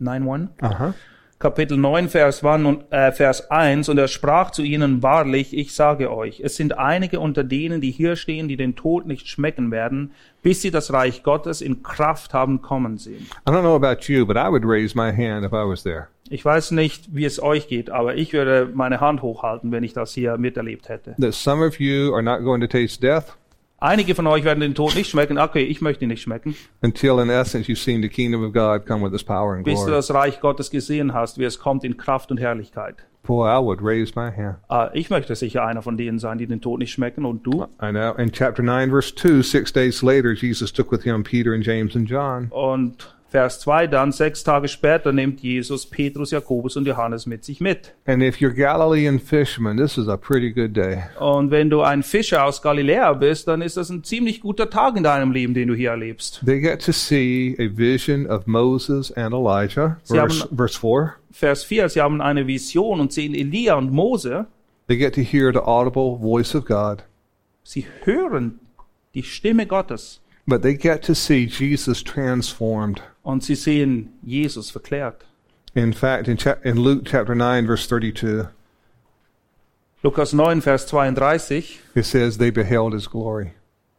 [SPEAKER 3] 9.1.
[SPEAKER 2] Aha.
[SPEAKER 3] Kapitel 9, Vers 1, und, äh, Vers 1, und er sprach zu ihnen, wahrlich, ich sage euch, es sind einige unter denen, die hier stehen, die den Tod nicht schmecken werden, bis sie das Reich Gottes in Kraft haben kommen sehen.
[SPEAKER 2] I don't know about you, but I would raise my hand if I was there.
[SPEAKER 3] Ich weiß nicht, wie es euch geht, aber ich würde meine Hand hochhalten, wenn ich das hier miterlebt hätte.
[SPEAKER 2] That some of you are not going to taste death
[SPEAKER 3] Einige von euch werden den Tod nicht schmecken, okay, ich möchte ihn nicht schmecken,
[SPEAKER 2] until, in essence, you've seen the kingdom of God come with its power and
[SPEAKER 3] bis du
[SPEAKER 2] glory.
[SPEAKER 3] das Reich Gottes gesehen hast, wie es kommt in Kraft und Herrlichkeit.
[SPEAKER 2] Boy, I would raise my hand.
[SPEAKER 3] Äh, ich möchte sicher einer von denen sein, die den Tod nicht schmecken, und du?
[SPEAKER 2] I know. In chapter 9, verse 2, six days later, Jesus took with him Peter and James and John.
[SPEAKER 3] Und Vers 2 dann, sechs Tage später nimmt Jesus Petrus, Jakobus und Johannes mit sich mit.
[SPEAKER 2] And if you're Galilean fishermen, this is a pretty good day.
[SPEAKER 3] Und wenn du ein Fischer aus Galiläa bist, dann ist das ein ziemlich guter Tag in deinem Leben, den du hier erlebst.
[SPEAKER 2] They get to see a vision of Moses and Elijah,
[SPEAKER 3] Sie haben-
[SPEAKER 2] verse, verse 4.
[SPEAKER 3] Vers 4, sie haben eine Vision und sehen Elia und Mose.
[SPEAKER 2] They get to hear the audible voice of God,
[SPEAKER 3] Sie hören die Stimme Gottes
[SPEAKER 2] but they get to see Jesus transformed.
[SPEAKER 3] und sie sehen Jesus verklärt.
[SPEAKER 2] In fact, in, chap in Luke chapter 9, verse 32,
[SPEAKER 3] Lukas 9, Vers 32,
[SPEAKER 2] it says, They beheld his glory.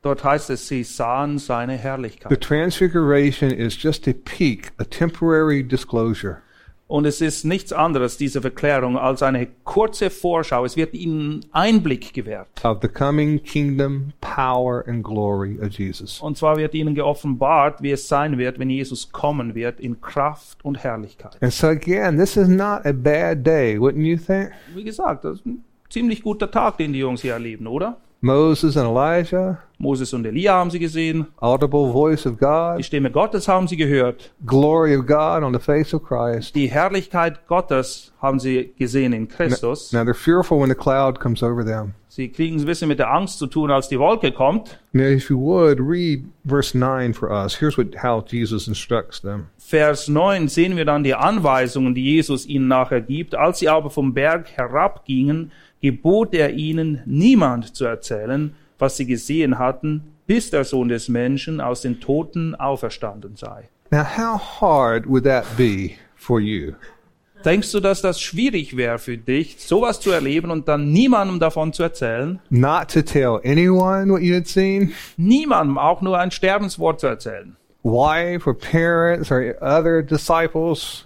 [SPEAKER 3] dort heißt es, sie sahen seine
[SPEAKER 2] The
[SPEAKER 3] Herrlichkeit.
[SPEAKER 2] transfiguration is just a peak, a temporary disclosure.
[SPEAKER 3] Und es ist nichts anderes, diese Verklärung, als eine kurze Vorschau. Es wird ihnen Einblick gewährt.
[SPEAKER 2] of the coming kingdom, power, and glory of Jesus.
[SPEAKER 3] Und zwar wird ihnen geoffenbart, wie es sein wird, wenn Jesus kommen wird, in Kraft und Herrlichkeit.
[SPEAKER 2] And so, again, this is not a bad day, wouldn't you think?
[SPEAKER 3] Wie gesagt, das ist ein ziemlich guter Tag, den die Jungs hier erleben, oder?
[SPEAKER 2] Moses and Elijah,
[SPEAKER 3] Moses und Elia haben sie gesehen,
[SPEAKER 2] audible voice of
[SPEAKER 3] die
[SPEAKER 2] God,
[SPEAKER 3] Stimme Gottes haben sie gehört,
[SPEAKER 2] glory of God on the face of Christ.
[SPEAKER 3] die Herrlichkeit Gottes haben sie gesehen in Christus.
[SPEAKER 2] Now, they're fearful when the cloud comes over them.
[SPEAKER 3] Sie kriegen es ein bisschen mit der Angst zu tun, als die Wolke kommt.
[SPEAKER 2] Now, if you would, read verse 9 for us. Here's what, how Jesus instructs them.
[SPEAKER 3] Vers 9 sehen wir dann die Anweisungen, die Jesus ihnen nachher gibt. Als sie aber vom Berg herabgingen, gebot er ihnen, niemand zu erzählen, was sie gesehen hatten, bis der Sohn des Menschen aus den Toten auferstanden sei.
[SPEAKER 2] Now, how hard would that be for you?
[SPEAKER 3] Denkst du, dass das schwierig wäre für dich, sowas zu erleben und dann niemandem davon zu erzählen?
[SPEAKER 2] Not to tell anyone what you had seen?
[SPEAKER 3] Niemandem auch nur ein Sterbenswort zu erzählen.
[SPEAKER 2] Wife or parents or other disciples?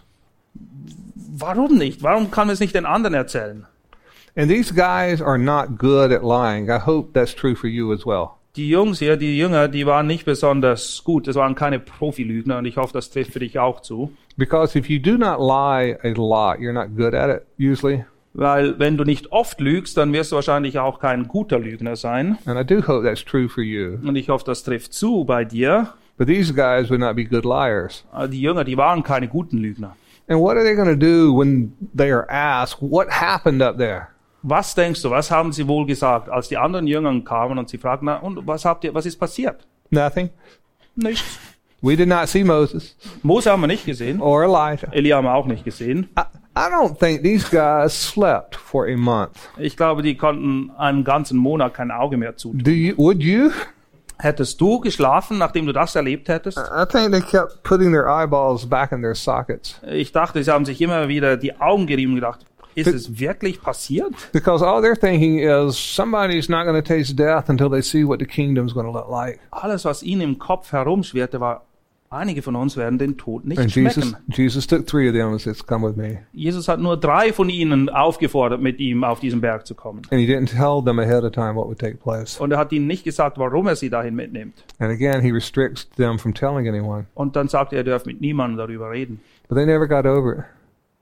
[SPEAKER 3] Warum nicht? Warum kann man es nicht den anderen erzählen?
[SPEAKER 2] And these guys are not good at lying. I hope that's true for you as well.
[SPEAKER 3] Die Jungs hier, die Jünger, die waren nicht besonders gut. Das waren keine Profilügner und ich hoffe, das trifft für dich auch zu.
[SPEAKER 2] Because if you do not lie a lot, you're not good at it usually.
[SPEAKER 3] Weil wenn du nicht oft lügst, dann wirst du wahrscheinlich auch kein guter Lügner sein.
[SPEAKER 2] And I do hope that's true for you.
[SPEAKER 3] Und ich hoffe, das trifft zu bei dir.
[SPEAKER 2] But these guys would not be good liars.
[SPEAKER 3] Aber Die Jünger, die waren keine guten Lügner.
[SPEAKER 2] And what are they going to do when they are asked, what happened up there?
[SPEAKER 3] Was denkst du, was haben sie wohl gesagt, als die anderen Jünger kamen und sie fragten, na, und was habt ihr, was ist passiert?
[SPEAKER 2] Nothing.
[SPEAKER 3] Nichts.
[SPEAKER 2] We did not see Moses
[SPEAKER 3] Mose haben wir nicht gesehen.
[SPEAKER 2] or Elijah.
[SPEAKER 3] Elia haben wir auch nicht gesehen.
[SPEAKER 2] I, I don't think these guys slept for a month.
[SPEAKER 3] Ich glaube, die konnten einen ganzen Monat kein Auge mehr zutun.
[SPEAKER 2] Do you, would you?
[SPEAKER 3] Hättest du geschlafen, nachdem du das erlebt hättest?
[SPEAKER 2] I think they kept putting their eyeballs back in their sockets.
[SPEAKER 3] Ich dachte, sie haben sich immer wieder die Augen gerieben und gedacht, ist es wirklich passiert?
[SPEAKER 2] Because all they're thinking is somebody's not going to taste death until they see what the kingdom's going to look like.
[SPEAKER 3] Alles, was ihnen im Kopf herumschwirrte, war, einige von uns werden den Tod nicht
[SPEAKER 2] And Jesus,
[SPEAKER 3] schmecken.
[SPEAKER 2] Jesus took three of them and says, "Come with me."
[SPEAKER 3] Jesus hat nur drei von ihnen aufgefordert, mit ihm auf diesen Berg zu kommen.
[SPEAKER 2] And he didn't tell them ahead of time what would take place.
[SPEAKER 3] Und er hat ihnen nicht gesagt, warum er sie dahin mitnimmt.
[SPEAKER 2] And again, he restricts them from telling anyone.
[SPEAKER 3] Und dann sagte er, er dürft mit niemandem darüber reden.
[SPEAKER 2] But they never got over it.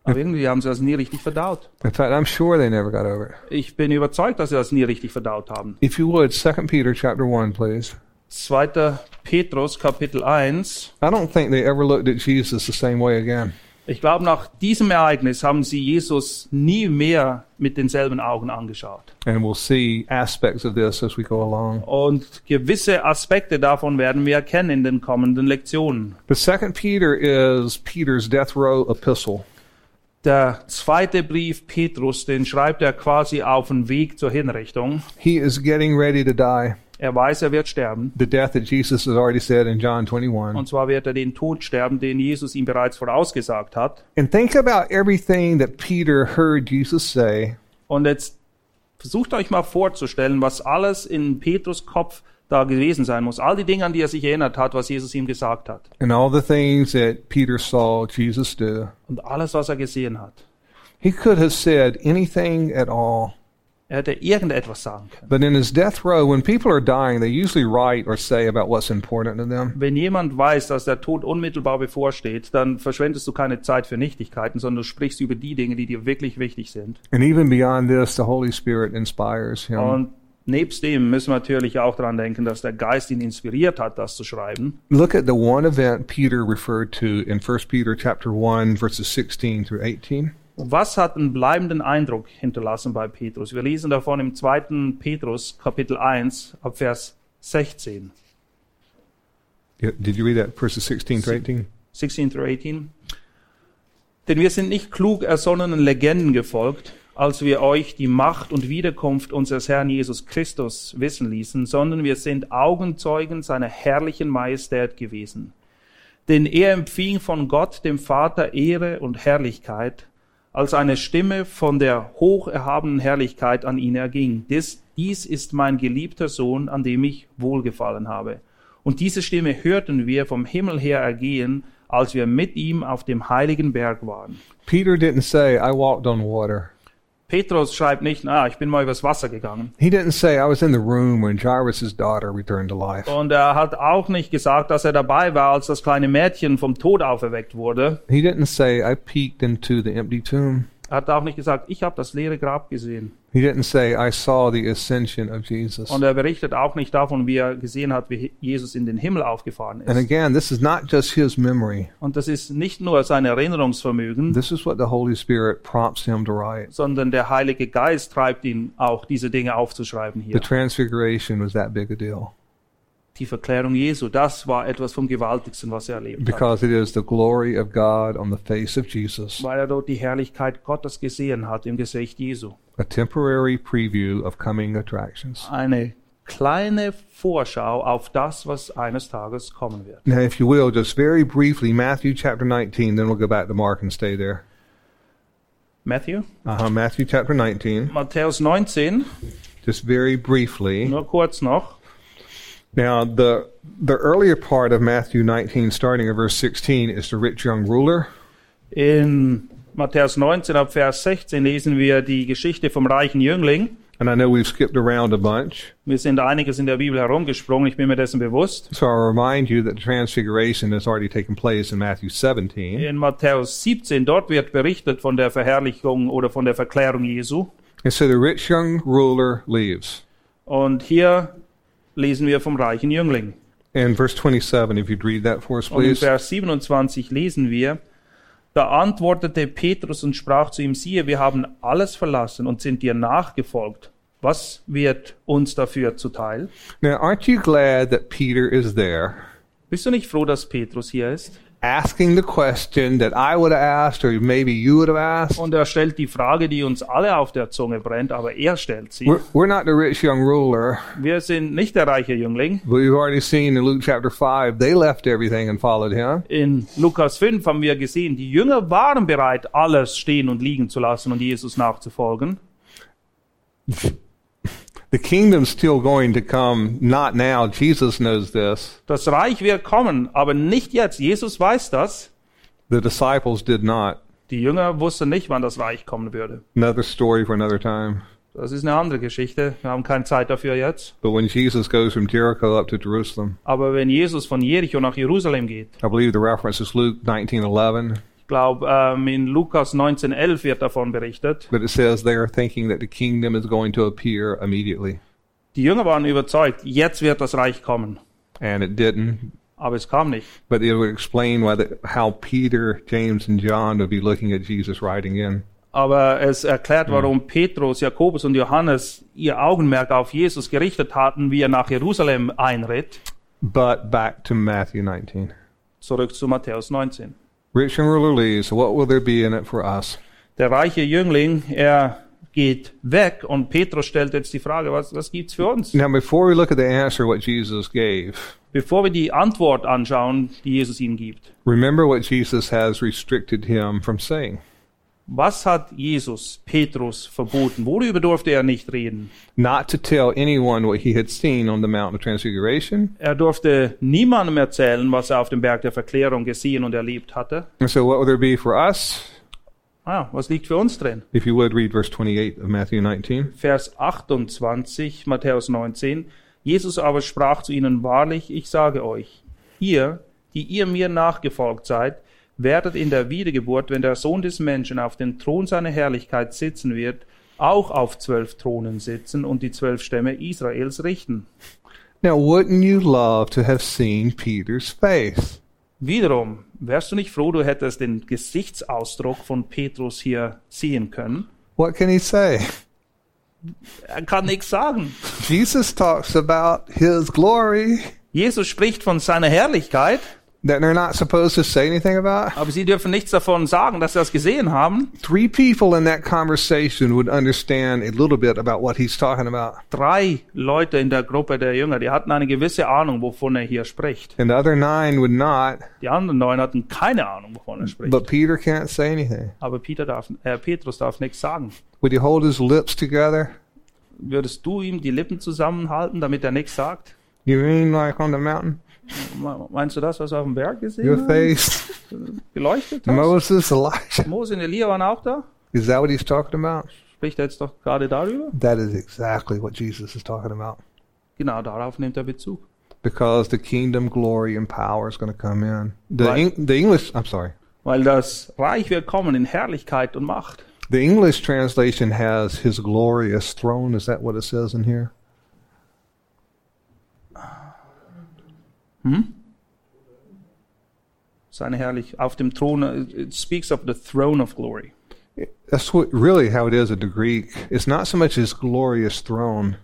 [SPEAKER 3] Aber irgendwie haben sie das nie richtig verdaut.
[SPEAKER 2] In fact, I'm sure they never got over it.
[SPEAKER 3] Ich bin überzeugt, dass sie das nie richtig verdaut haben.
[SPEAKER 2] If you would, Second Peter chapter one, please.
[SPEAKER 3] 2. Petrus, Kapitel 1.
[SPEAKER 2] I don't think they ever looked at Jesus the same way again.
[SPEAKER 3] Ich glaube, nach diesem Ereignis haben sie Jesus nie mehr mit denselben Augen angeschaut.
[SPEAKER 2] And we'll see aspects of this as we go along.
[SPEAKER 3] Und gewisse Aspekte davon werden wir erkennen in den kommenden Lektionen.
[SPEAKER 2] But Second Peter is Peter's death row epistle.
[SPEAKER 3] Der zweite Brief Petrus, den schreibt er quasi auf den Weg zur Hinrichtung.
[SPEAKER 2] He is getting ready to die.
[SPEAKER 3] Er weiß, er wird sterben.
[SPEAKER 2] the death that Jesus has already said in John 21.
[SPEAKER 3] Und zwar wird er den Tod sterben, den Jesus ihm bereits vorausgesagt hat.
[SPEAKER 2] And think about everything that Peter heard Jesus say
[SPEAKER 3] Und jetzt versucht euch mal vorzustellen, was alles in Petrus Kopf da gewesen sein muss. All die Dinge, an die er sich erinnert hat, was Jesus ihm gesagt hat.
[SPEAKER 2] and all the things that Peter saw Jesus do.
[SPEAKER 3] Und alles, was er gesehen hat.
[SPEAKER 2] He could have said anything at all.
[SPEAKER 3] Er hätte irgendetwas sagen können.
[SPEAKER 2] But in his death row, when people are dying, they usually write or say about what's important to them.
[SPEAKER 3] Wenn jemand weiß, dass der Tod unmittelbar bevorsteht, dann verschwendest du keine Zeit für Nichtigkeiten, sondern du sprichst über die Dinge, die dir wirklich wichtig sind.
[SPEAKER 2] And even beyond this, the Holy Spirit inspires him.
[SPEAKER 3] Und nebst dem müssen wir natürlich auch daran denken, dass der Geist ihn inspiriert hat, das zu schreiben.
[SPEAKER 2] Look at the one event Peter referred to in 1 Peter chapter 1 verses 16 through 18.
[SPEAKER 3] Was hat einen bleibenden Eindruck hinterlassen bei Petrus? Wir lesen davon im 2. Petrus, Kapitel 1, ab Vers 16.
[SPEAKER 2] Yeah, Did you read that verses 16 through 18?
[SPEAKER 3] 16 through 18. Denn wir sind nicht klug ersonnenen Legenden gefolgt, als wir euch die Macht und Wiederkunft unseres Herrn Jesus Christus wissen ließen, sondern wir sind Augenzeugen seiner herrlichen Majestät gewesen. Denn er empfing von Gott, dem Vater, Ehre und Herrlichkeit, als eine Stimme von der hocherhabenen Herrlichkeit an ihn erging. Dies, dies ist mein geliebter Sohn, an dem ich wohlgefallen habe. Und diese Stimme hörten wir vom Himmel her ergehen, als wir mit ihm auf dem heiligen Berg waren.
[SPEAKER 2] Peter didn't say, I walked on water.
[SPEAKER 3] Petrus schreibt nicht, na, ich bin mal übers Wasser gegangen.
[SPEAKER 2] He didn't say, I was in the room when Jairus' daughter returned to life.
[SPEAKER 3] Und er hat auch nicht gesagt, dass er dabei war, als das kleine Mädchen vom Tod auferweckt wurde.
[SPEAKER 2] He didn't say, I peeked into the empty tomb.
[SPEAKER 3] Er hat auch nicht gesagt, ich habe das leere Grab gesehen.
[SPEAKER 2] He didn't say, I saw the ascension of Jesus.
[SPEAKER 3] Und er berichtet auch nicht davon, wie er gesehen hat, wie Jesus in den Himmel aufgefahren
[SPEAKER 2] And
[SPEAKER 3] ist.
[SPEAKER 2] again, this is not just his memory.
[SPEAKER 3] Und das ist nicht nur sein Erinnerungsvermögen,
[SPEAKER 2] This is what the Holy Spirit prompts him to write.
[SPEAKER 3] sondern der Heilige Geist treibt ihn auch, diese Dinge aufzuschreiben
[SPEAKER 2] The
[SPEAKER 3] hier.
[SPEAKER 2] transfiguration was that big a deal
[SPEAKER 3] Die Verklärung Jesu, das war etwas vom Gewaltigsten, was er erlebt hat.
[SPEAKER 2] because it is the glory of God on the face of Jesus,
[SPEAKER 3] Weil er dort die Herrlichkeit Gottes gesehen hat im Gesicht Jesu.
[SPEAKER 2] a temporary preview of coming attractions.
[SPEAKER 3] Eine kleine Vorschau auf das, was eines Tages kommen wird.
[SPEAKER 2] Now, if you will, just very briefly, Matthew chapter 19, then we'll go back to Mark and stay there.
[SPEAKER 3] Matthew?
[SPEAKER 2] Uh-huh, Matthew chapter 19,
[SPEAKER 3] Matthäus 19,
[SPEAKER 2] just very briefly.
[SPEAKER 3] nur kurz noch.
[SPEAKER 2] Now, the the earlier part of Matthew 19, starting at verse 16, is the rich young ruler.
[SPEAKER 3] In Matthäus 19 ab Vers 16 lesen wir die Geschichte vom reichen Jüngling.
[SPEAKER 2] And I know we've skipped around a bunch,
[SPEAKER 3] Wir sind einiges in der Bibel herumgesprungen, ich bin mir dessen bewusst.
[SPEAKER 2] so I'll remind you that the transfiguration has already taken place in Matthew 17.
[SPEAKER 3] In Matthäus 17, dort wird berichtet von der Verherrlichung oder von der Verklärung Jesu.
[SPEAKER 2] And so the rich young ruler leaves.
[SPEAKER 3] Und hier lesen wir vom reichen Jüngling.
[SPEAKER 2] And verse 27, if you'd read that for us,
[SPEAKER 3] Und in
[SPEAKER 2] please.
[SPEAKER 3] Vers 27 lesen wir, da antwortete Petrus und sprach zu ihm, siehe, wir haben alles verlassen und sind dir nachgefolgt. Was wird uns dafür zuteil?
[SPEAKER 2] Now, aren't you glad that Peter is there
[SPEAKER 3] Bist du nicht froh, dass Petrus hier ist?
[SPEAKER 2] asking the question that I would have asked or maybe you would have asked?
[SPEAKER 3] Und er stellt die Frage, die uns alle auf der Zunge brennt, aber er stellt sie.
[SPEAKER 2] We're, we're not the rich young ruler,
[SPEAKER 3] Wir sind nicht der reiche Jüngling.
[SPEAKER 2] but we've already seen in Luke chapter 5, they left everything and followed him.
[SPEAKER 3] In Lukas 5 haben wir gesehen, die Jünger waren bereit, alles stehen und liegen zu lassen und Jesus nachzufolgen.
[SPEAKER 2] The kingdom's still going to come, not now. Jesus knows this.
[SPEAKER 3] Das Reich wird kommen, aber nicht jetzt. Jesus weiß das.
[SPEAKER 2] The disciples did not.
[SPEAKER 3] Die Jünger wussten nicht, wann das Reich kommen würde.
[SPEAKER 2] Another story for another time.
[SPEAKER 3] Das ist eine andere Geschichte. Wir haben keine Zeit dafür jetzt.
[SPEAKER 2] But when Jesus goes from Jericho up to Jerusalem,
[SPEAKER 3] Aber wenn Jesus von Jericho nach Jerusalem geht,
[SPEAKER 2] I believe the reference is Luke 19:11,
[SPEAKER 3] ich glaube, ähm, in Lukas 19,11 wird davon berichtet.
[SPEAKER 2] but it says they are thinking that the kingdom is going to appear immediately,
[SPEAKER 3] Die Jünger waren überzeugt, jetzt wird das Reich kommen.
[SPEAKER 2] and it didn't.
[SPEAKER 3] Aber es kam nicht.
[SPEAKER 2] But it would explain why the, how Peter, James, and John would be looking at Jesus riding in.
[SPEAKER 3] Aber es erklärt, warum Petrus, Jakobus und Johannes ihr Augenmerk auf Jesus gerichtet hatten, wie er nach Jerusalem einritt.
[SPEAKER 2] But back to Matthew 19.
[SPEAKER 3] Zurück zu Matthäus 19.
[SPEAKER 2] Rich and ruler leaves. What will there be in it for us?
[SPEAKER 3] Der reiche Jüngling, er geht weg und Petrus stellt jetzt die Frage, was, was gibt's für uns?
[SPEAKER 2] Now, before we look at the answer what Jesus gave,
[SPEAKER 3] Bevor wir die Antwort anschauen, die Jesus ihm gibt.
[SPEAKER 2] remember what Jesus has restricted him from saying.
[SPEAKER 3] Was hat Jesus Petrus verboten? Worüber durfte er nicht reden?
[SPEAKER 2] Not to tell anyone what he had seen on the Mount of Transfiguration.
[SPEAKER 3] Er durfte niemandem erzählen, was er auf dem Berg der Verklärung gesehen und erlebt hatte.
[SPEAKER 2] And so, what would there be for us?
[SPEAKER 3] Ah, was liegt für uns drin?
[SPEAKER 2] If you would read verse 28 of Matthew 19.
[SPEAKER 3] Vers 28, Matthäus 19. Jesus aber sprach zu ihnen, wahrlich, ich sage euch, ihr, die ihr mir nachgefolgt seid, werdet in der Wiedergeburt, wenn der Sohn des Menschen auf dem Thron seiner Herrlichkeit sitzen wird, auch auf zwölf Thronen sitzen und die zwölf Stämme Israels richten.
[SPEAKER 2] Now, wouldn't you love to have seen Peter's face?
[SPEAKER 3] Wiederum, wärst du nicht froh, du hättest den Gesichtsausdruck von Petrus hier sehen können?
[SPEAKER 2] What can he say?
[SPEAKER 3] Er kann nichts sagen.
[SPEAKER 2] Jesus talks about his glory
[SPEAKER 3] Jesus spricht von seiner Herrlichkeit,
[SPEAKER 2] that they're not supposed to say anything about.
[SPEAKER 3] aber sie dürfen nichts davon sagen, dass sie das gesehen haben.
[SPEAKER 2] Three people in that conversation would understand a little bit about what he's talking about.
[SPEAKER 3] Drei Leute in der Gruppe der Jünger, die hatten eine gewisse Ahnung, wovon er hier spricht.
[SPEAKER 2] And the other nine would not,
[SPEAKER 3] Die anderen neun hatten keine Ahnung, wovon er spricht.
[SPEAKER 2] but Peter can't say anything.
[SPEAKER 3] Aber Peter darf, äh, Petrus darf nichts sagen.
[SPEAKER 2] Would you hold his lips together?
[SPEAKER 3] Würdest du ihm die Lippen zusammenhalten, damit er nichts sagt?
[SPEAKER 2] You mean like on the mountain?
[SPEAKER 3] Me- Meinst du das, was wir auf dem Berg
[SPEAKER 2] Your
[SPEAKER 3] gesehen haben?
[SPEAKER 2] face?
[SPEAKER 3] Geleuchtet hast?
[SPEAKER 2] Moses, Elijah?
[SPEAKER 3] Mose und Elia waren auch da?
[SPEAKER 2] Is that what he's talking about?
[SPEAKER 3] Spricht er jetzt doch gerade darüber?
[SPEAKER 2] That is exactly what Jesus is talking about.
[SPEAKER 3] Genau, darauf nimmt er Bezug.
[SPEAKER 2] Because the kingdom glory and power is going to come in. The,
[SPEAKER 3] Right.
[SPEAKER 2] Eng- the English, I'm sorry.
[SPEAKER 3] Weil das Reich wird kommen in Herrlichkeit und Macht.
[SPEAKER 2] The English translation has his glorious throne. Is that what it says in here?
[SPEAKER 3] Seine Herrlichkeit auf dem Thron, äh, it speaks of the throne of glory.
[SPEAKER 2] That's what really how it is in the Greek. It's not so much his glorious throne;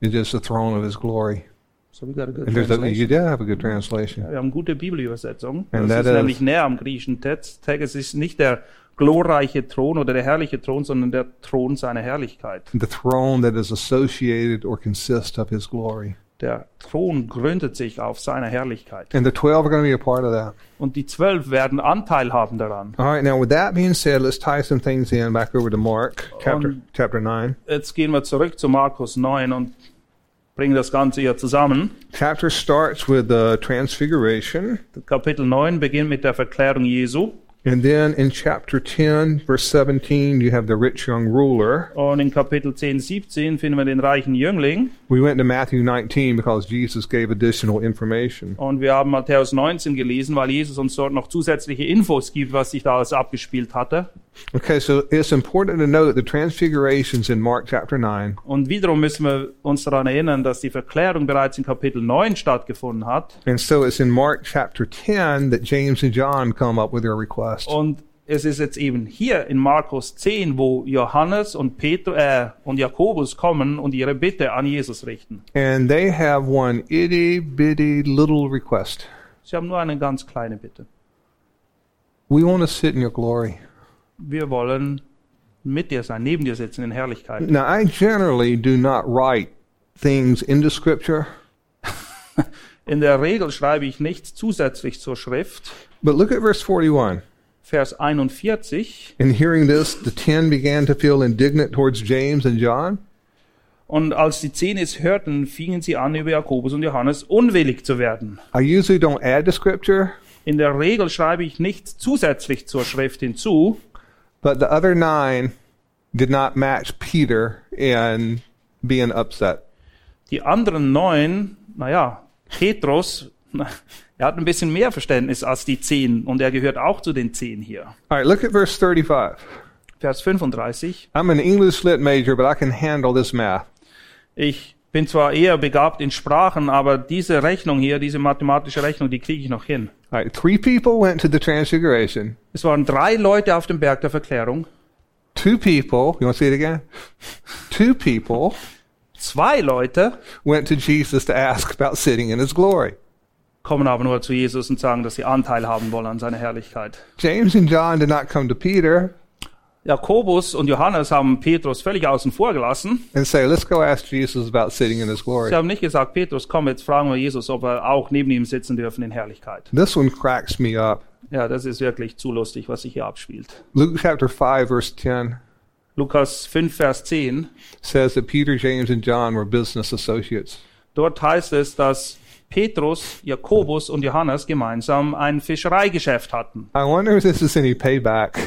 [SPEAKER 2] it's just the throne of his glory.
[SPEAKER 3] So we got a good
[SPEAKER 2] And there's a,
[SPEAKER 3] translation.
[SPEAKER 2] you did have a good translation.
[SPEAKER 3] Wir haben gute Bibelübersetzung.
[SPEAKER 2] And
[SPEAKER 3] Das
[SPEAKER 2] that
[SPEAKER 3] ist
[SPEAKER 2] is-
[SPEAKER 3] nämlich näher am griechischen Text. Es ist nicht der glorreiche Thron oder der herrliche Thron, sondern der Thron seiner Herrlichkeit.
[SPEAKER 2] The throne that is associated or consists of his glory.
[SPEAKER 3] Der Thron gründet sich auf seiner Herrlichkeit.
[SPEAKER 2] And the 12 are going to be a part of that.
[SPEAKER 3] Und die Zwölf werden Anteil haben daran.
[SPEAKER 2] All right, now with that being said, let's tie some things in back over to Mark chapter
[SPEAKER 3] Um,
[SPEAKER 2] chapter 9.
[SPEAKER 3] Jetzt gehen wir zurück zu Markus 9 und bringen das Ganze hier zusammen.
[SPEAKER 2] Chapter starts with the transfiguration,
[SPEAKER 3] Kapitel 9 beginnt mit der Verklärung Jesu.
[SPEAKER 2] and then in chapter 10 verse 17 you have the rich young ruler.
[SPEAKER 3] Und in Kapitel 10, 17 finden wir den reichen Jüngling.
[SPEAKER 2] We went to Matthew 19 because Jesus gave additional information.
[SPEAKER 3] Und wir haben Matthäus 19 gelesen, weil Jesus uns dort noch zusätzliche Infos gibt, was sich da alles abgespielt hatte.
[SPEAKER 2] Okay, so it's important to note the transfigurations in Mark chapter 9
[SPEAKER 3] Und wiederum müssen wir uns daran erinnern, dass die Verklärung bereits in Kapitel 9 stattgefunden hat.
[SPEAKER 2] And so it's in Mark chapter 10 that James and John come up with their request.
[SPEAKER 3] Und es ist jetzt eben hier in Markus 10, wo Johannes und, Petru, äh, und Jakobus kommen und ihre Bitte an Jesus richten.
[SPEAKER 2] And they have one itty bitty little request.
[SPEAKER 3] Sie haben nur eine ganz kleine Bitte.
[SPEAKER 2] We want to sit in your glory.
[SPEAKER 3] Wir wollen mit dir sein, neben dir sitzen in Herrlichkeit.
[SPEAKER 2] Now, I generally do not write things into Scripture,
[SPEAKER 3] In der Regel schreibe ich nichts zusätzlich zur Schrift.
[SPEAKER 2] but look at verse 41.
[SPEAKER 3] Vers 41.
[SPEAKER 2] In hearing this, the ten began to feel indignant towards James and John.
[SPEAKER 3] Und als die Zehn es hörten, fingen sie an, über Jakobus und Johannes unwillig zu werden.
[SPEAKER 2] I usually don't add to Scripture,
[SPEAKER 3] In der Regel schreibe ich nichts zusätzlich zur Schrift hinzu,
[SPEAKER 2] but the other nine did not match Peter in being upset.
[SPEAKER 3] die anderen neun, naja, Petrus, na, er hat ein bisschen mehr Verständnis als die Zehn und er gehört auch zu den Zehn hier.
[SPEAKER 2] All right, look at verse 35.
[SPEAKER 3] Vers 35.
[SPEAKER 2] I'm an English lit major, but I can handle this math.
[SPEAKER 3] Ich bin zwar eher begabt in Sprachen, aber diese Rechnung hier, diese mathematische Rechnung, die kriege ich noch hin.
[SPEAKER 2] All right, three people went to the Transfiguration.
[SPEAKER 3] Es waren drei Leute auf dem Berg der Verklärung.
[SPEAKER 2] Two people, you want to see it again? Two people
[SPEAKER 3] Zwei Leute
[SPEAKER 2] went to Jesus to ask about sitting in his glory.
[SPEAKER 3] kommen aber nur zu Jesus und sagen, dass sie Anteil haben wollen an seiner Herrlichkeit.
[SPEAKER 2] James and John did not come to Peter.
[SPEAKER 3] Jakobus und Johannes haben Petrus völlig außen vor gelassen.
[SPEAKER 2] and say, let's go ask Jesus about sitting in his
[SPEAKER 3] Sie
[SPEAKER 2] glory.
[SPEAKER 3] haben nicht gesagt, Petrus, komm, jetzt fragen wir Jesus, ob wir auch neben ihm sitzen dürfen in Herrlichkeit.
[SPEAKER 2] This one cracks me up.
[SPEAKER 3] Ja, das ist wirklich zu lustig, was sich hier abspielt.
[SPEAKER 2] Luke chapter 5, verse 10
[SPEAKER 3] Lukas 5, Vers 10.
[SPEAKER 2] says that Peter, James, and John were business associates.
[SPEAKER 3] Dort heißt es, dass Petrus, Jakobus und Johannes gemeinsam ein Fischereigeschäft hatten.
[SPEAKER 2] I wonder if this is any payback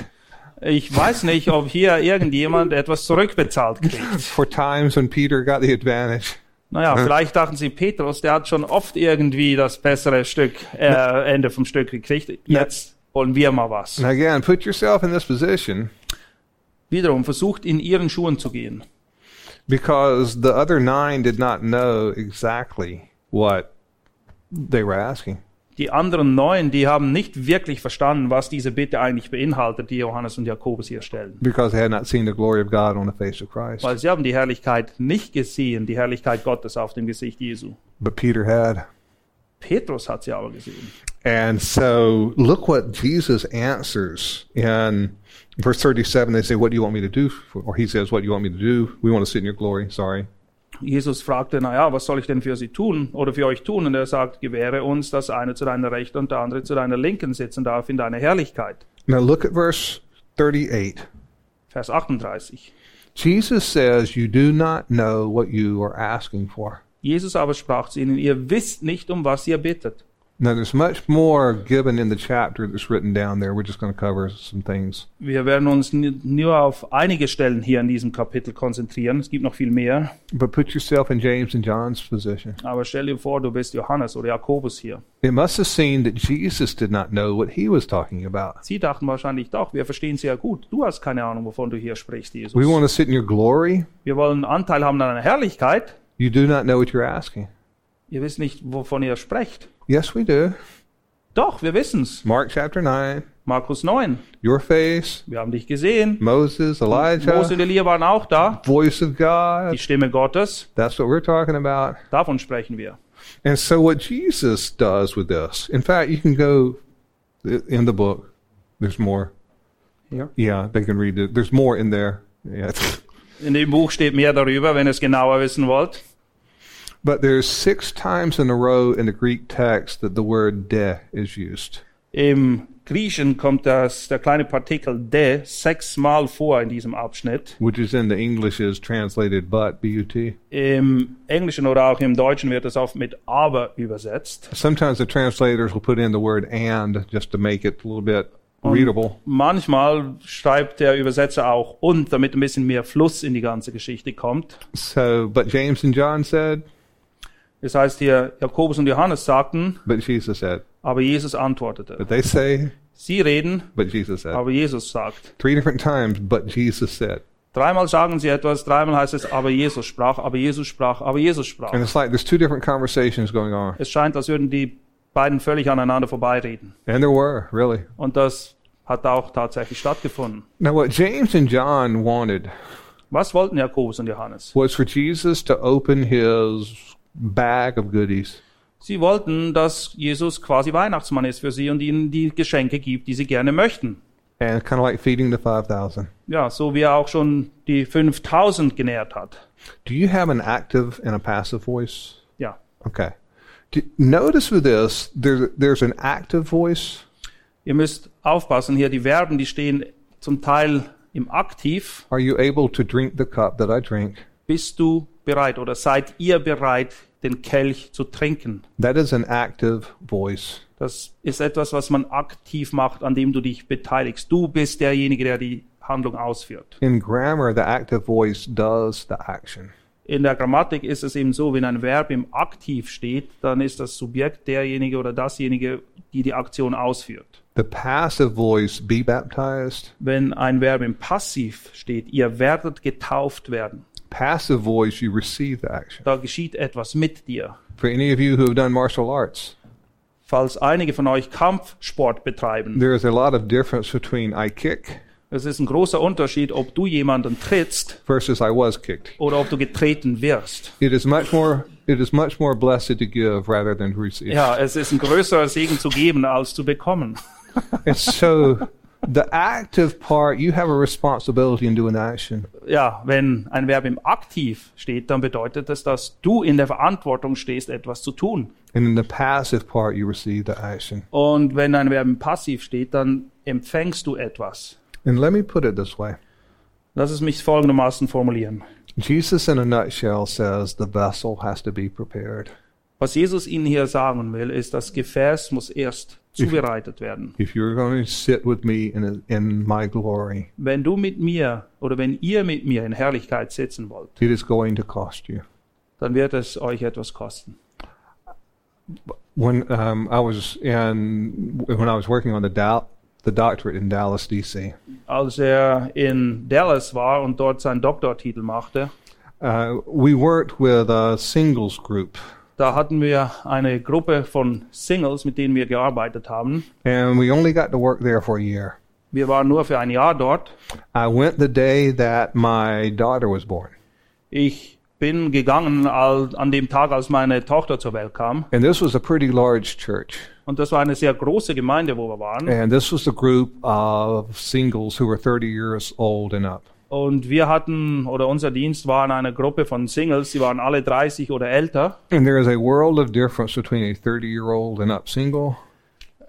[SPEAKER 3] Ich weiß nicht, ob hier irgendjemand etwas zurückbezahlt kriegt.
[SPEAKER 2] for times when Peter got the advantage.
[SPEAKER 3] Naja, vielleicht dachten sie, Petrus, der hat schon oft irgendwie das bessere Stück, äh, Ende vom Stück gekriegt. Jetzt wollen wir mal was.
[SPEAKER 2] And again, put yourself in this position
[SPEAKER 3] Wiederum versucht, in ihren Schuhen zu gehen.
[SPEAKER 2] because the other nine did not know exactly what they were asking.
[SPEAKER 3] Die anderen neun, die haben nicht wirklich verstanden, was diese Bitte eigentlich beinhaltet, die Johannes und Jakobus hier stellen.
[SPEAKER 2] because they had not seen the glory of God on the face of Christ.
[SPEAKER 3] Weil sie haben die Herrlichkeit nicht gesehen, die Herrlichkeit Gottes auf dem Gesicht Jesu.
[SPEAKER 2] But Peter had.
[SPEAKER 3] Petrus hat sie aber gesehen.
[SPEAKER 2] And so look what Jesus answers in verse 37. They say, What do you want me to do? For, or he says, What do you want me to do? We want to sit in your glory. Sorry.
[SPEAKER 3] Jesus fragte, naja, was soll ich denn für sie tun oder für euch tun? Und er sagt, gewähre uns, dass einer zu deiner Rechten und der andere zu deiner Linken sitzen darf in deiner Herrlichkeit.
[SPEAKER 2] Now look at verse 38.
[SPEAKER 3] Vers 38.
[SPEAKER 2] Jesus says, You do not know what you are asking for.
[SPEAKER 3] Jesus aber sprach zu ihnen, ihr wisst nicht, um was ihr bittet.
[SPEAKER 2] Now there's much more given in the chapter that's written down there. We're just going to cover some things.
[SPEAKER 3] Wir werden uns ni- nur auf einige Stellen hier in diesem Kapitel konzentrieren. Es gibt noch viel mehr.
[SPEAKER 2] But put yourself in James and John's position.
[SPEAKER 3] Aber stell dir vor, du bist Johannes oder Jakobus hier.
[SPEAKER 2] It must have seemed that Jesus did not know what he was talking about.
[SPEAKER 3] Sie dachten wahrscheinlich doch, wir verstehen sehr gut. Du hast keine Ahnung, wovon du hier sprichst, Jesus.
[SPEAKER 2] We want to sit in your glory.
[SPEAKER 3] Wir wollen Anteil haben an einer Herrlichkeit.
[SPEAKER 2] You do not know what you're asking.
[SPEAKER 3] Ihr wisst nicht, wovon ihr sprecht.
[SPEAKER 2] Yes, we do.
[SPEAKER 3] Doch, wir wissen's.
[SPEAKER 2] Mark chapter 9,
[SPEAKER 3] Markus 9.
[SPEAKER 2] your face,
[SPEAKER 3] Wir haben dich gesehen.
[SPEAKER 2] Moses, Elijah,
[SPEAKER 3] Mose und Elia waren auch da.
[SPEAKER 2] voice of
[SPEAKER 3] Die
[SPEAKER 2] God.
[SPEAKER 3] Stimme Gottes,
[SPEAKER 2] That's what we're talking about.
[SPEAKER 3] davon sprechen wir.
[SPEAKER 2] And so, what Jesus does with this, in fact, you can go in the book. There's more.
[SPEAKER 3] Ja.
[SPEAKER 2] Yeah, they can read it. There's more in there. Yeah.
[SPEAKER 3] In dem Buch steht mehr darüber, wenn ihr es genauer wissen wollt.
[SPEAKER 2] But there's six times in a row in the Greek text that the word de is used.
[SPEAKER 3] Im Griechen kommt das, der kleine Partikel de sechsmal vor in diesem Abschnitt.
[SPEAKER 2] which is in the English is translated but but.
[SPEAKER 3] Im Englischen oder auch im Deutschen wird es oft mit aber übersetzt.
[SPEAKER 2] Sometimes the translators will put in the word and just to make it a little bit readable.
[SPEAKER 3] Manchmal schreibt der Übersetzer auch und, damit ein bisschen mehr Fluss in die ganze Geschichte kommt.
[SPEAKER 2] So, but James and John said,
[SPEAKER 3] Das heißt hier, Jakobus und Johannes sagten,
[SPEAKER 2] but Jesus said,
[SPEAKER 3] aber Jesus antwortete.
[SPEAKER 2] but they say,
[SPEAKER 3] Sie reden,
[SPEAKER 2] but Jesus said.
[SPEAKER 3] aber Jesus sagt.
[SPEAKER 2] Three different times, but Jesus said.
[SPEAKER 3] Dreimal sagen sie etwas, dreimal heißt es, aber Jesus sprach, aber Jesus sprach, aber Jesus sprach.
[SPEAKER 2] And it's like there's two different conversations going on.
[SPEAKER 3] Es scheint, als würden die beiden völlig aneinander vorbeireden.
[SPEAKER 2] And there were, really.
[SPEAKER 3] Und das hat auch tatsächlich stattgefunden.
[SPEAKER 2] Now, what James and John wanted
[SPEAKER 3] Was wollten Jakobus und Johannes?
[SPEAKER 2] was for Jesus to open his bag of goodies.
[SPEAKER 3] Sie wollten, dass Jesus quasi Weihnachtsmann ist für sie und ihnen die Geschenke gibt, die sie gerne möchten.
[SPEAKER 2] And kind of like feeding the 5,000.
[SPEAKER 3] Ja, so wie er auch schon die 5000 genährt hat.
[SPEAKER 2] Do you have an active and a passive voice?
[SPEAKER 3] Ja.
[SPEAKER 2] Okay. D notice with this, there, there's an active voice
[SPEAKER 3] Ihr müsst aufpassen, hier die Verben, die stehen zum Teil im Aktiv.
[SPEAKER 2] Are you able to drink the cup that I drink?
[SPEAKER 3] Bist du bereit oder seid ihr bereit, den Kelch zu trinken?
[SPEAKER 2] That is an active voice.
[SPEAKER 3] Das ist etwas, was man aktiv macht, an dem du dich beteiligst. Du bist derjenige, der die Handlung ausführt.
[SPEAKER 2] In grammar, the active voice does the action.
[SPEAKER 3] In der Grammatik ist es eben so, wenn ein Verb im Aktiv steht, dann ist das Subjekt derjenige oder dasjenige, die die Aktion ausführt.
[SPEAKER 2] The passive voice, be baptized.
[SPEAKER 3] Wenn ein Verb im Passiv steht, ihr werdet getauft werden.
[SPEAKER 2] Passive voice, you receive the action.
[SPEAKER 3] Da geschieht etwas mit dir.
[SPEAKER 2] For any of you who have done martial arts,
[SPEAKER 3] Falls einige von euch Kampfsport betreiben,
[SPEAKER 2] there is a lot of difference between I kick
[SPEAKER 3] es ist ein großer Unterschied, ob du jemanden trittst
[SPEAKER 2] versus I was kicked.
[SPEAKER 3] oder ob du getreten wirst.
[SPEAKER 2] It is much more, it is much more blessed to give rather than to receive.
[SPEAKER 3] Ja, es ist ein größerer Segen zu geben als zu bekommen.
[SPEAKER 2] And so The active part, you have a responsibility in doing action.
[SPEAKER 3] Ja, wenn ein Verb im Aktiv steht, dann bedeutet das, dass du in der Verantwortung stehst, etwas zu tun.
[SPEAKER 2] And in the passive part, you receive the action.
[SPEAKER 3] Und wenn ein Verb im Passiv steht, dann empfängst du etwas.
[SPEAKER 2] And let me put it this way
[SPEAKER 3] Lass es mich folgendermaßen formulieren.
[SPEAKER 2] Jesus, in a nutshell, says the vessel has to be prepared.
[SPEAKER 3] Was Jesus Ihnen hier sagen will, ist, das Gefäß muss erst zubereitet werden.
[SPEAKER 2] If you're going to sit with me in, in my glory,
[SPEAKER 3] Wenn du mit mir oder wenn ihr mit mir in Herrlichkeit sitzen wollt,
[SPEAKER 2] it is going to cost you.
[SPEAKER 3] dann wird es euch etwas kosten.
[SPEAKER 2] When um, I was in, when I was working on the doc, the doctorate in Dallas, D.C.,
[SPEAKER 3] Als er in Dallas war und dort seinen Doktortitel machte,
[SPEAKER 2] uh, we worked with a singles group,
[SPEAKER 3] da hatten wir eine Gruppe von Singles, mit denen wir gearbeitet haben.
[SPEAKER 2] and we only got to work there for a year.
[SPEAKER 3] Wir waren nur für ein Jahr dort.
[SPEAKER 2] I went the day that my daughter was born.
[SPEAKER 3] Ich bin gegangen al- an dem Tag, als meine Tochter zur Welt kam.
[SPEAKER 2] And this was a pretty large church.
[SPEAKER 3] Und das war eine sehr große Gemeinde, wo wir waren.
[SPEAKER 2] And this was a group of singles who were 30 years old and up.
[SPEAKER 3] Und wir hatten, oder unser Dienst war in einer Gruppe von Singles, die waren alle 30 oder älter.
[SPEAKER 2] And there is a world of difference between a 30 year old and up single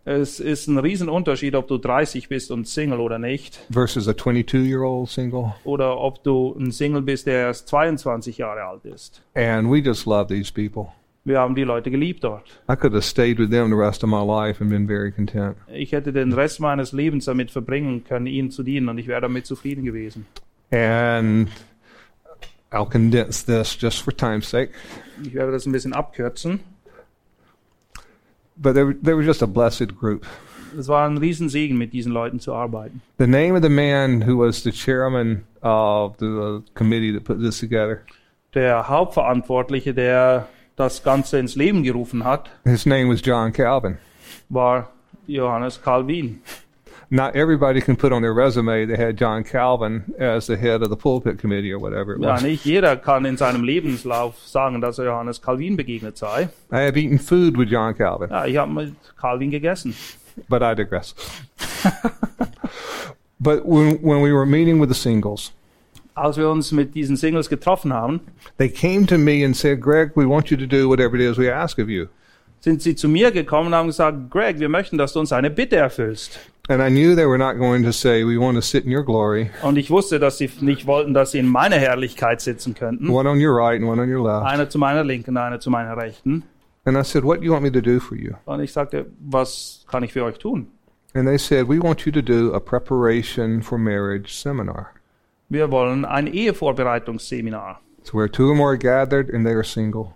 [SPEAKER 3] Es ist ein Riesenunterschied, ob du 30 bist und Single oder nicht.
[SPEAKER 2] versus a 22 year old single.
[SPEAKER 3] Oder ob du ein Single bist, der erst 22 Jahre alt ist.
[SPEAKER 2] And we just love these people.
[SPEAKER 3] Wir haben die Leute geliebt dort.
[SPEAKER 2] I could have stayed with them the rest of my life and been very content.
[SPEAKER 3] Ich hätte den Rest meines Lebens damit verbringen können, ihnen zu dienen und ich wäre damit zufrieden gewesen.
[SPEAKER 2] And I'll condense this just for time's sake.
[SPEAKER 3] Ich werde das ein bisschen abkürzen.
[SPEAKER 2] But they were, they were just a blessed group.
[SPEAKER 3] Es war ein Riesensegen, mit diesen Leuten zu arbeiten.
[SPEAKER 2] The name of the man who was the chairman of the committee that put this together,
[SPEAKER 3] Der Hauptverantwortliche, der das Ganze ins Leben gerufen hat,
[SPEAKER 2] his name was John Calvin.
[SPEAKER 3] war Johannes Calvin.
[SPEAKER 2] Not everybody can put on their resume they had John Calvin as the head of the pulpit committee or whatever it
[SPEAKER 3] Ja,
[SPEAKER 2] was.
[SPEAKER 3] nicht jeder kann in seinem Lebenslauf sagen, dass er Johannes Calvin begegnet sei.
[SPEAKER 2] I have eaten food with John Calvin,
[SPEAKER 3] Ja, ich habe mit Calvin gegessen.
[SPEAKER 2] but I digress. but when, when we were meeting with the singles,
[SPEAKER 3] Als wir uns mit diesen Singles getroffen haben,
[SPEAKER 2] they came to me and said, Greg, we want you to do whatever it is we ask of you.
[SPEAKER 3] sind sie zu mir gekommen und haben gesagt, Greg, wir möchten, dass du uns eine Bitte erfüllst.
[SPEAKER 2] And I knew they were not going to say, we want to sit in your glory,
[SPEAKER 3] Und ich wusste, dass sie nicht wollten, dass sie in meiner Herrlichkeit sitzen könnten.
[SPEAKER 2] one on your right and one on your left.
[SPEAKER 3] Einer zu meiner Linken, einer zu meiner Rechten.
[SPEAKER 2] And I said, what do you want me to do for you?
[SPEAKER 3] Und ich sagte, was kann ich für euch tun?
[SPEAKER 2] And they said, We want you to do a preparation for marriage seminar.
[SPEAKER 3] Wir wollen ein Ehevorbereitungsseminar.
[SPEAKER 2] It's where two or more are gathered and they are single.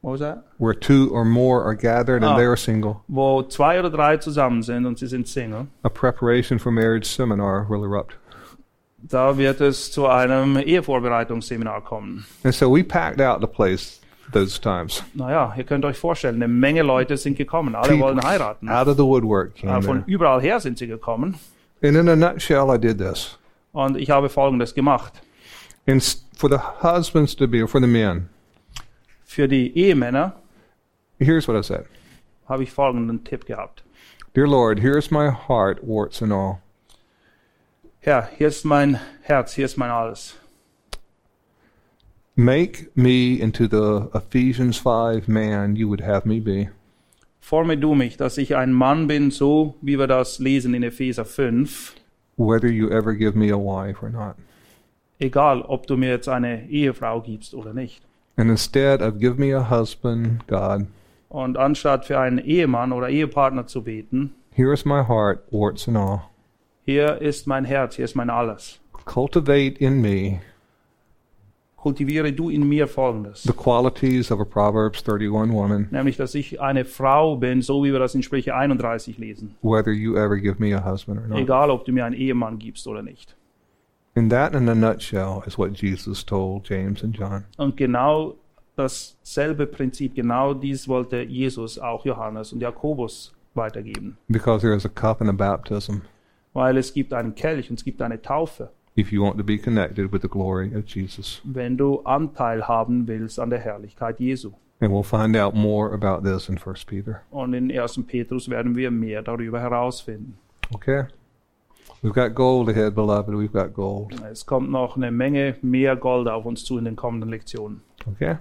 [SPEAKER 3] What was that?
[SPEAKER 2] Where two or more are gathered and
[SPEAKER 3] Ah.
[SPEAKER 2] they are single.
[SPEAKER 3] Wo zwei oder drei zusammen sind und sie sind Single.
[SPEAKER 2] A preparation for marriage seminar will erupt.
[SPEAKER 3] Da wird es zu einem Ehevorbereitungsseminar kommen.
[SPEAKER 2] And so we packed out the place those times.
[SPEAKER 3] Naja, ihr könnt euch vorstellen, eine Menge Leute sind gekommen. Alle wollen heiraten.
[SPEAKER 2] Out of the woodwork came
[SPEAKER 3] Äh, Von
[SPEAKER 2] there.
[SPEAKER 3] überall her sind sie gekommen.
[SPEAKER 2] And in a nutshell, I did this.
[SPEAKER 3] Und ich habe Folgendes gemacht.
[SPEAKER 2] And s- for the husbands to be, for the men,
[SPEAKER 3] Für die Ehemänner
[SPEAKER 2] here's what I said
[SPEAKER 3] habe ich folgenden Tipp gehabt.
[SPEAKER 2] Dear Lord, here's my heart, warts and all.
[SPEAKER 3] Herr, hier ist mein Herz, hier ist mein Alles.
[SPEAKER 2] Make me into the Ephesians 5 man you would have me be.
[SPEAKER 3] Forme du mich, dass ich ein Mann bin, so wie wir das lesen in Epheser 5.
[SPEAKER 2] whether you ever give me a wife or not.
[SPEAKER 3] Egal, ob du mir jetzt eine Ehefrau gibst oder nicht.
[SPEAKER 2] And instead of give me a husband, God,
[SPEAKER 3] Und anstatt für einen Ehemann oder Ehepartner zu beten,
[SPEAKER 2] here is my heart, warts and all.
[SPEAKER 3] hier ist mein Herz, hier ist mein Alles.
[SPEAKER 2] Cultivate in me
[SPEAKER 3] Kultiviere du in mir Folgendes.
[SPEAKER 2] the qualities of a Proverbs 31 woman,
[SPEAKER 3] Nämlich, dass ich eine Frau bin, so wie wir das in Sprüche 31 lesen.
[SPEAKER 2] whether you ever give me a husband or not.
[SPEAKER 3] Egal, ob du mir einen Ehemann gibst oder nicht.
[SPEAKER 2] And that, in a nutshell, is what Jesus told James and John.
[SPEAKER 3] Und genau dasselbe Prinzip, genau dies wollte Jesus auch Johannes und Jakobus weitergeben.
[SPEAKER 2] Because there is a cup and a baptism
[SPEAKER 3] Weil es gibt einen Kelch und es gibt eine Taufe,
[SPEAKER 2] if you want to be connected with the glory of Jesus.
[SPEAKER 3] wenn du Anteil haben willst an der Herrlichkeit Jesu.
[SPEAKER 2] And we'll find out more about this in First Peter.
[SPEAKER 3] Und in 1. Petrus werden wir mehr darüber herausfinden.
[SPEAKER 2] Okay? We've got gold ahead, beloved. We've got gold.
[SPEAKER 3] Es kommt noch eine Menge mehr Gold auf uns zu in den kommenden Lektionen.
[SPEAKER 2] Okay?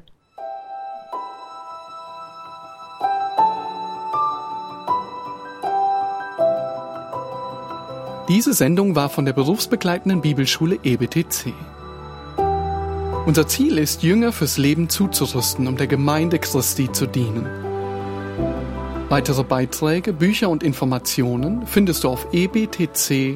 [SPEAKER 1] Diese Sendung war von der berufsbegleitenden Bibelschule E EBTC. Unser Ziel ist, Jünger fürs Leben zuzurüsten, um der Gemeinde Christi zu dienen. Weitere Beiträge, E Bücher und Informationen findest du auf ebtc.org.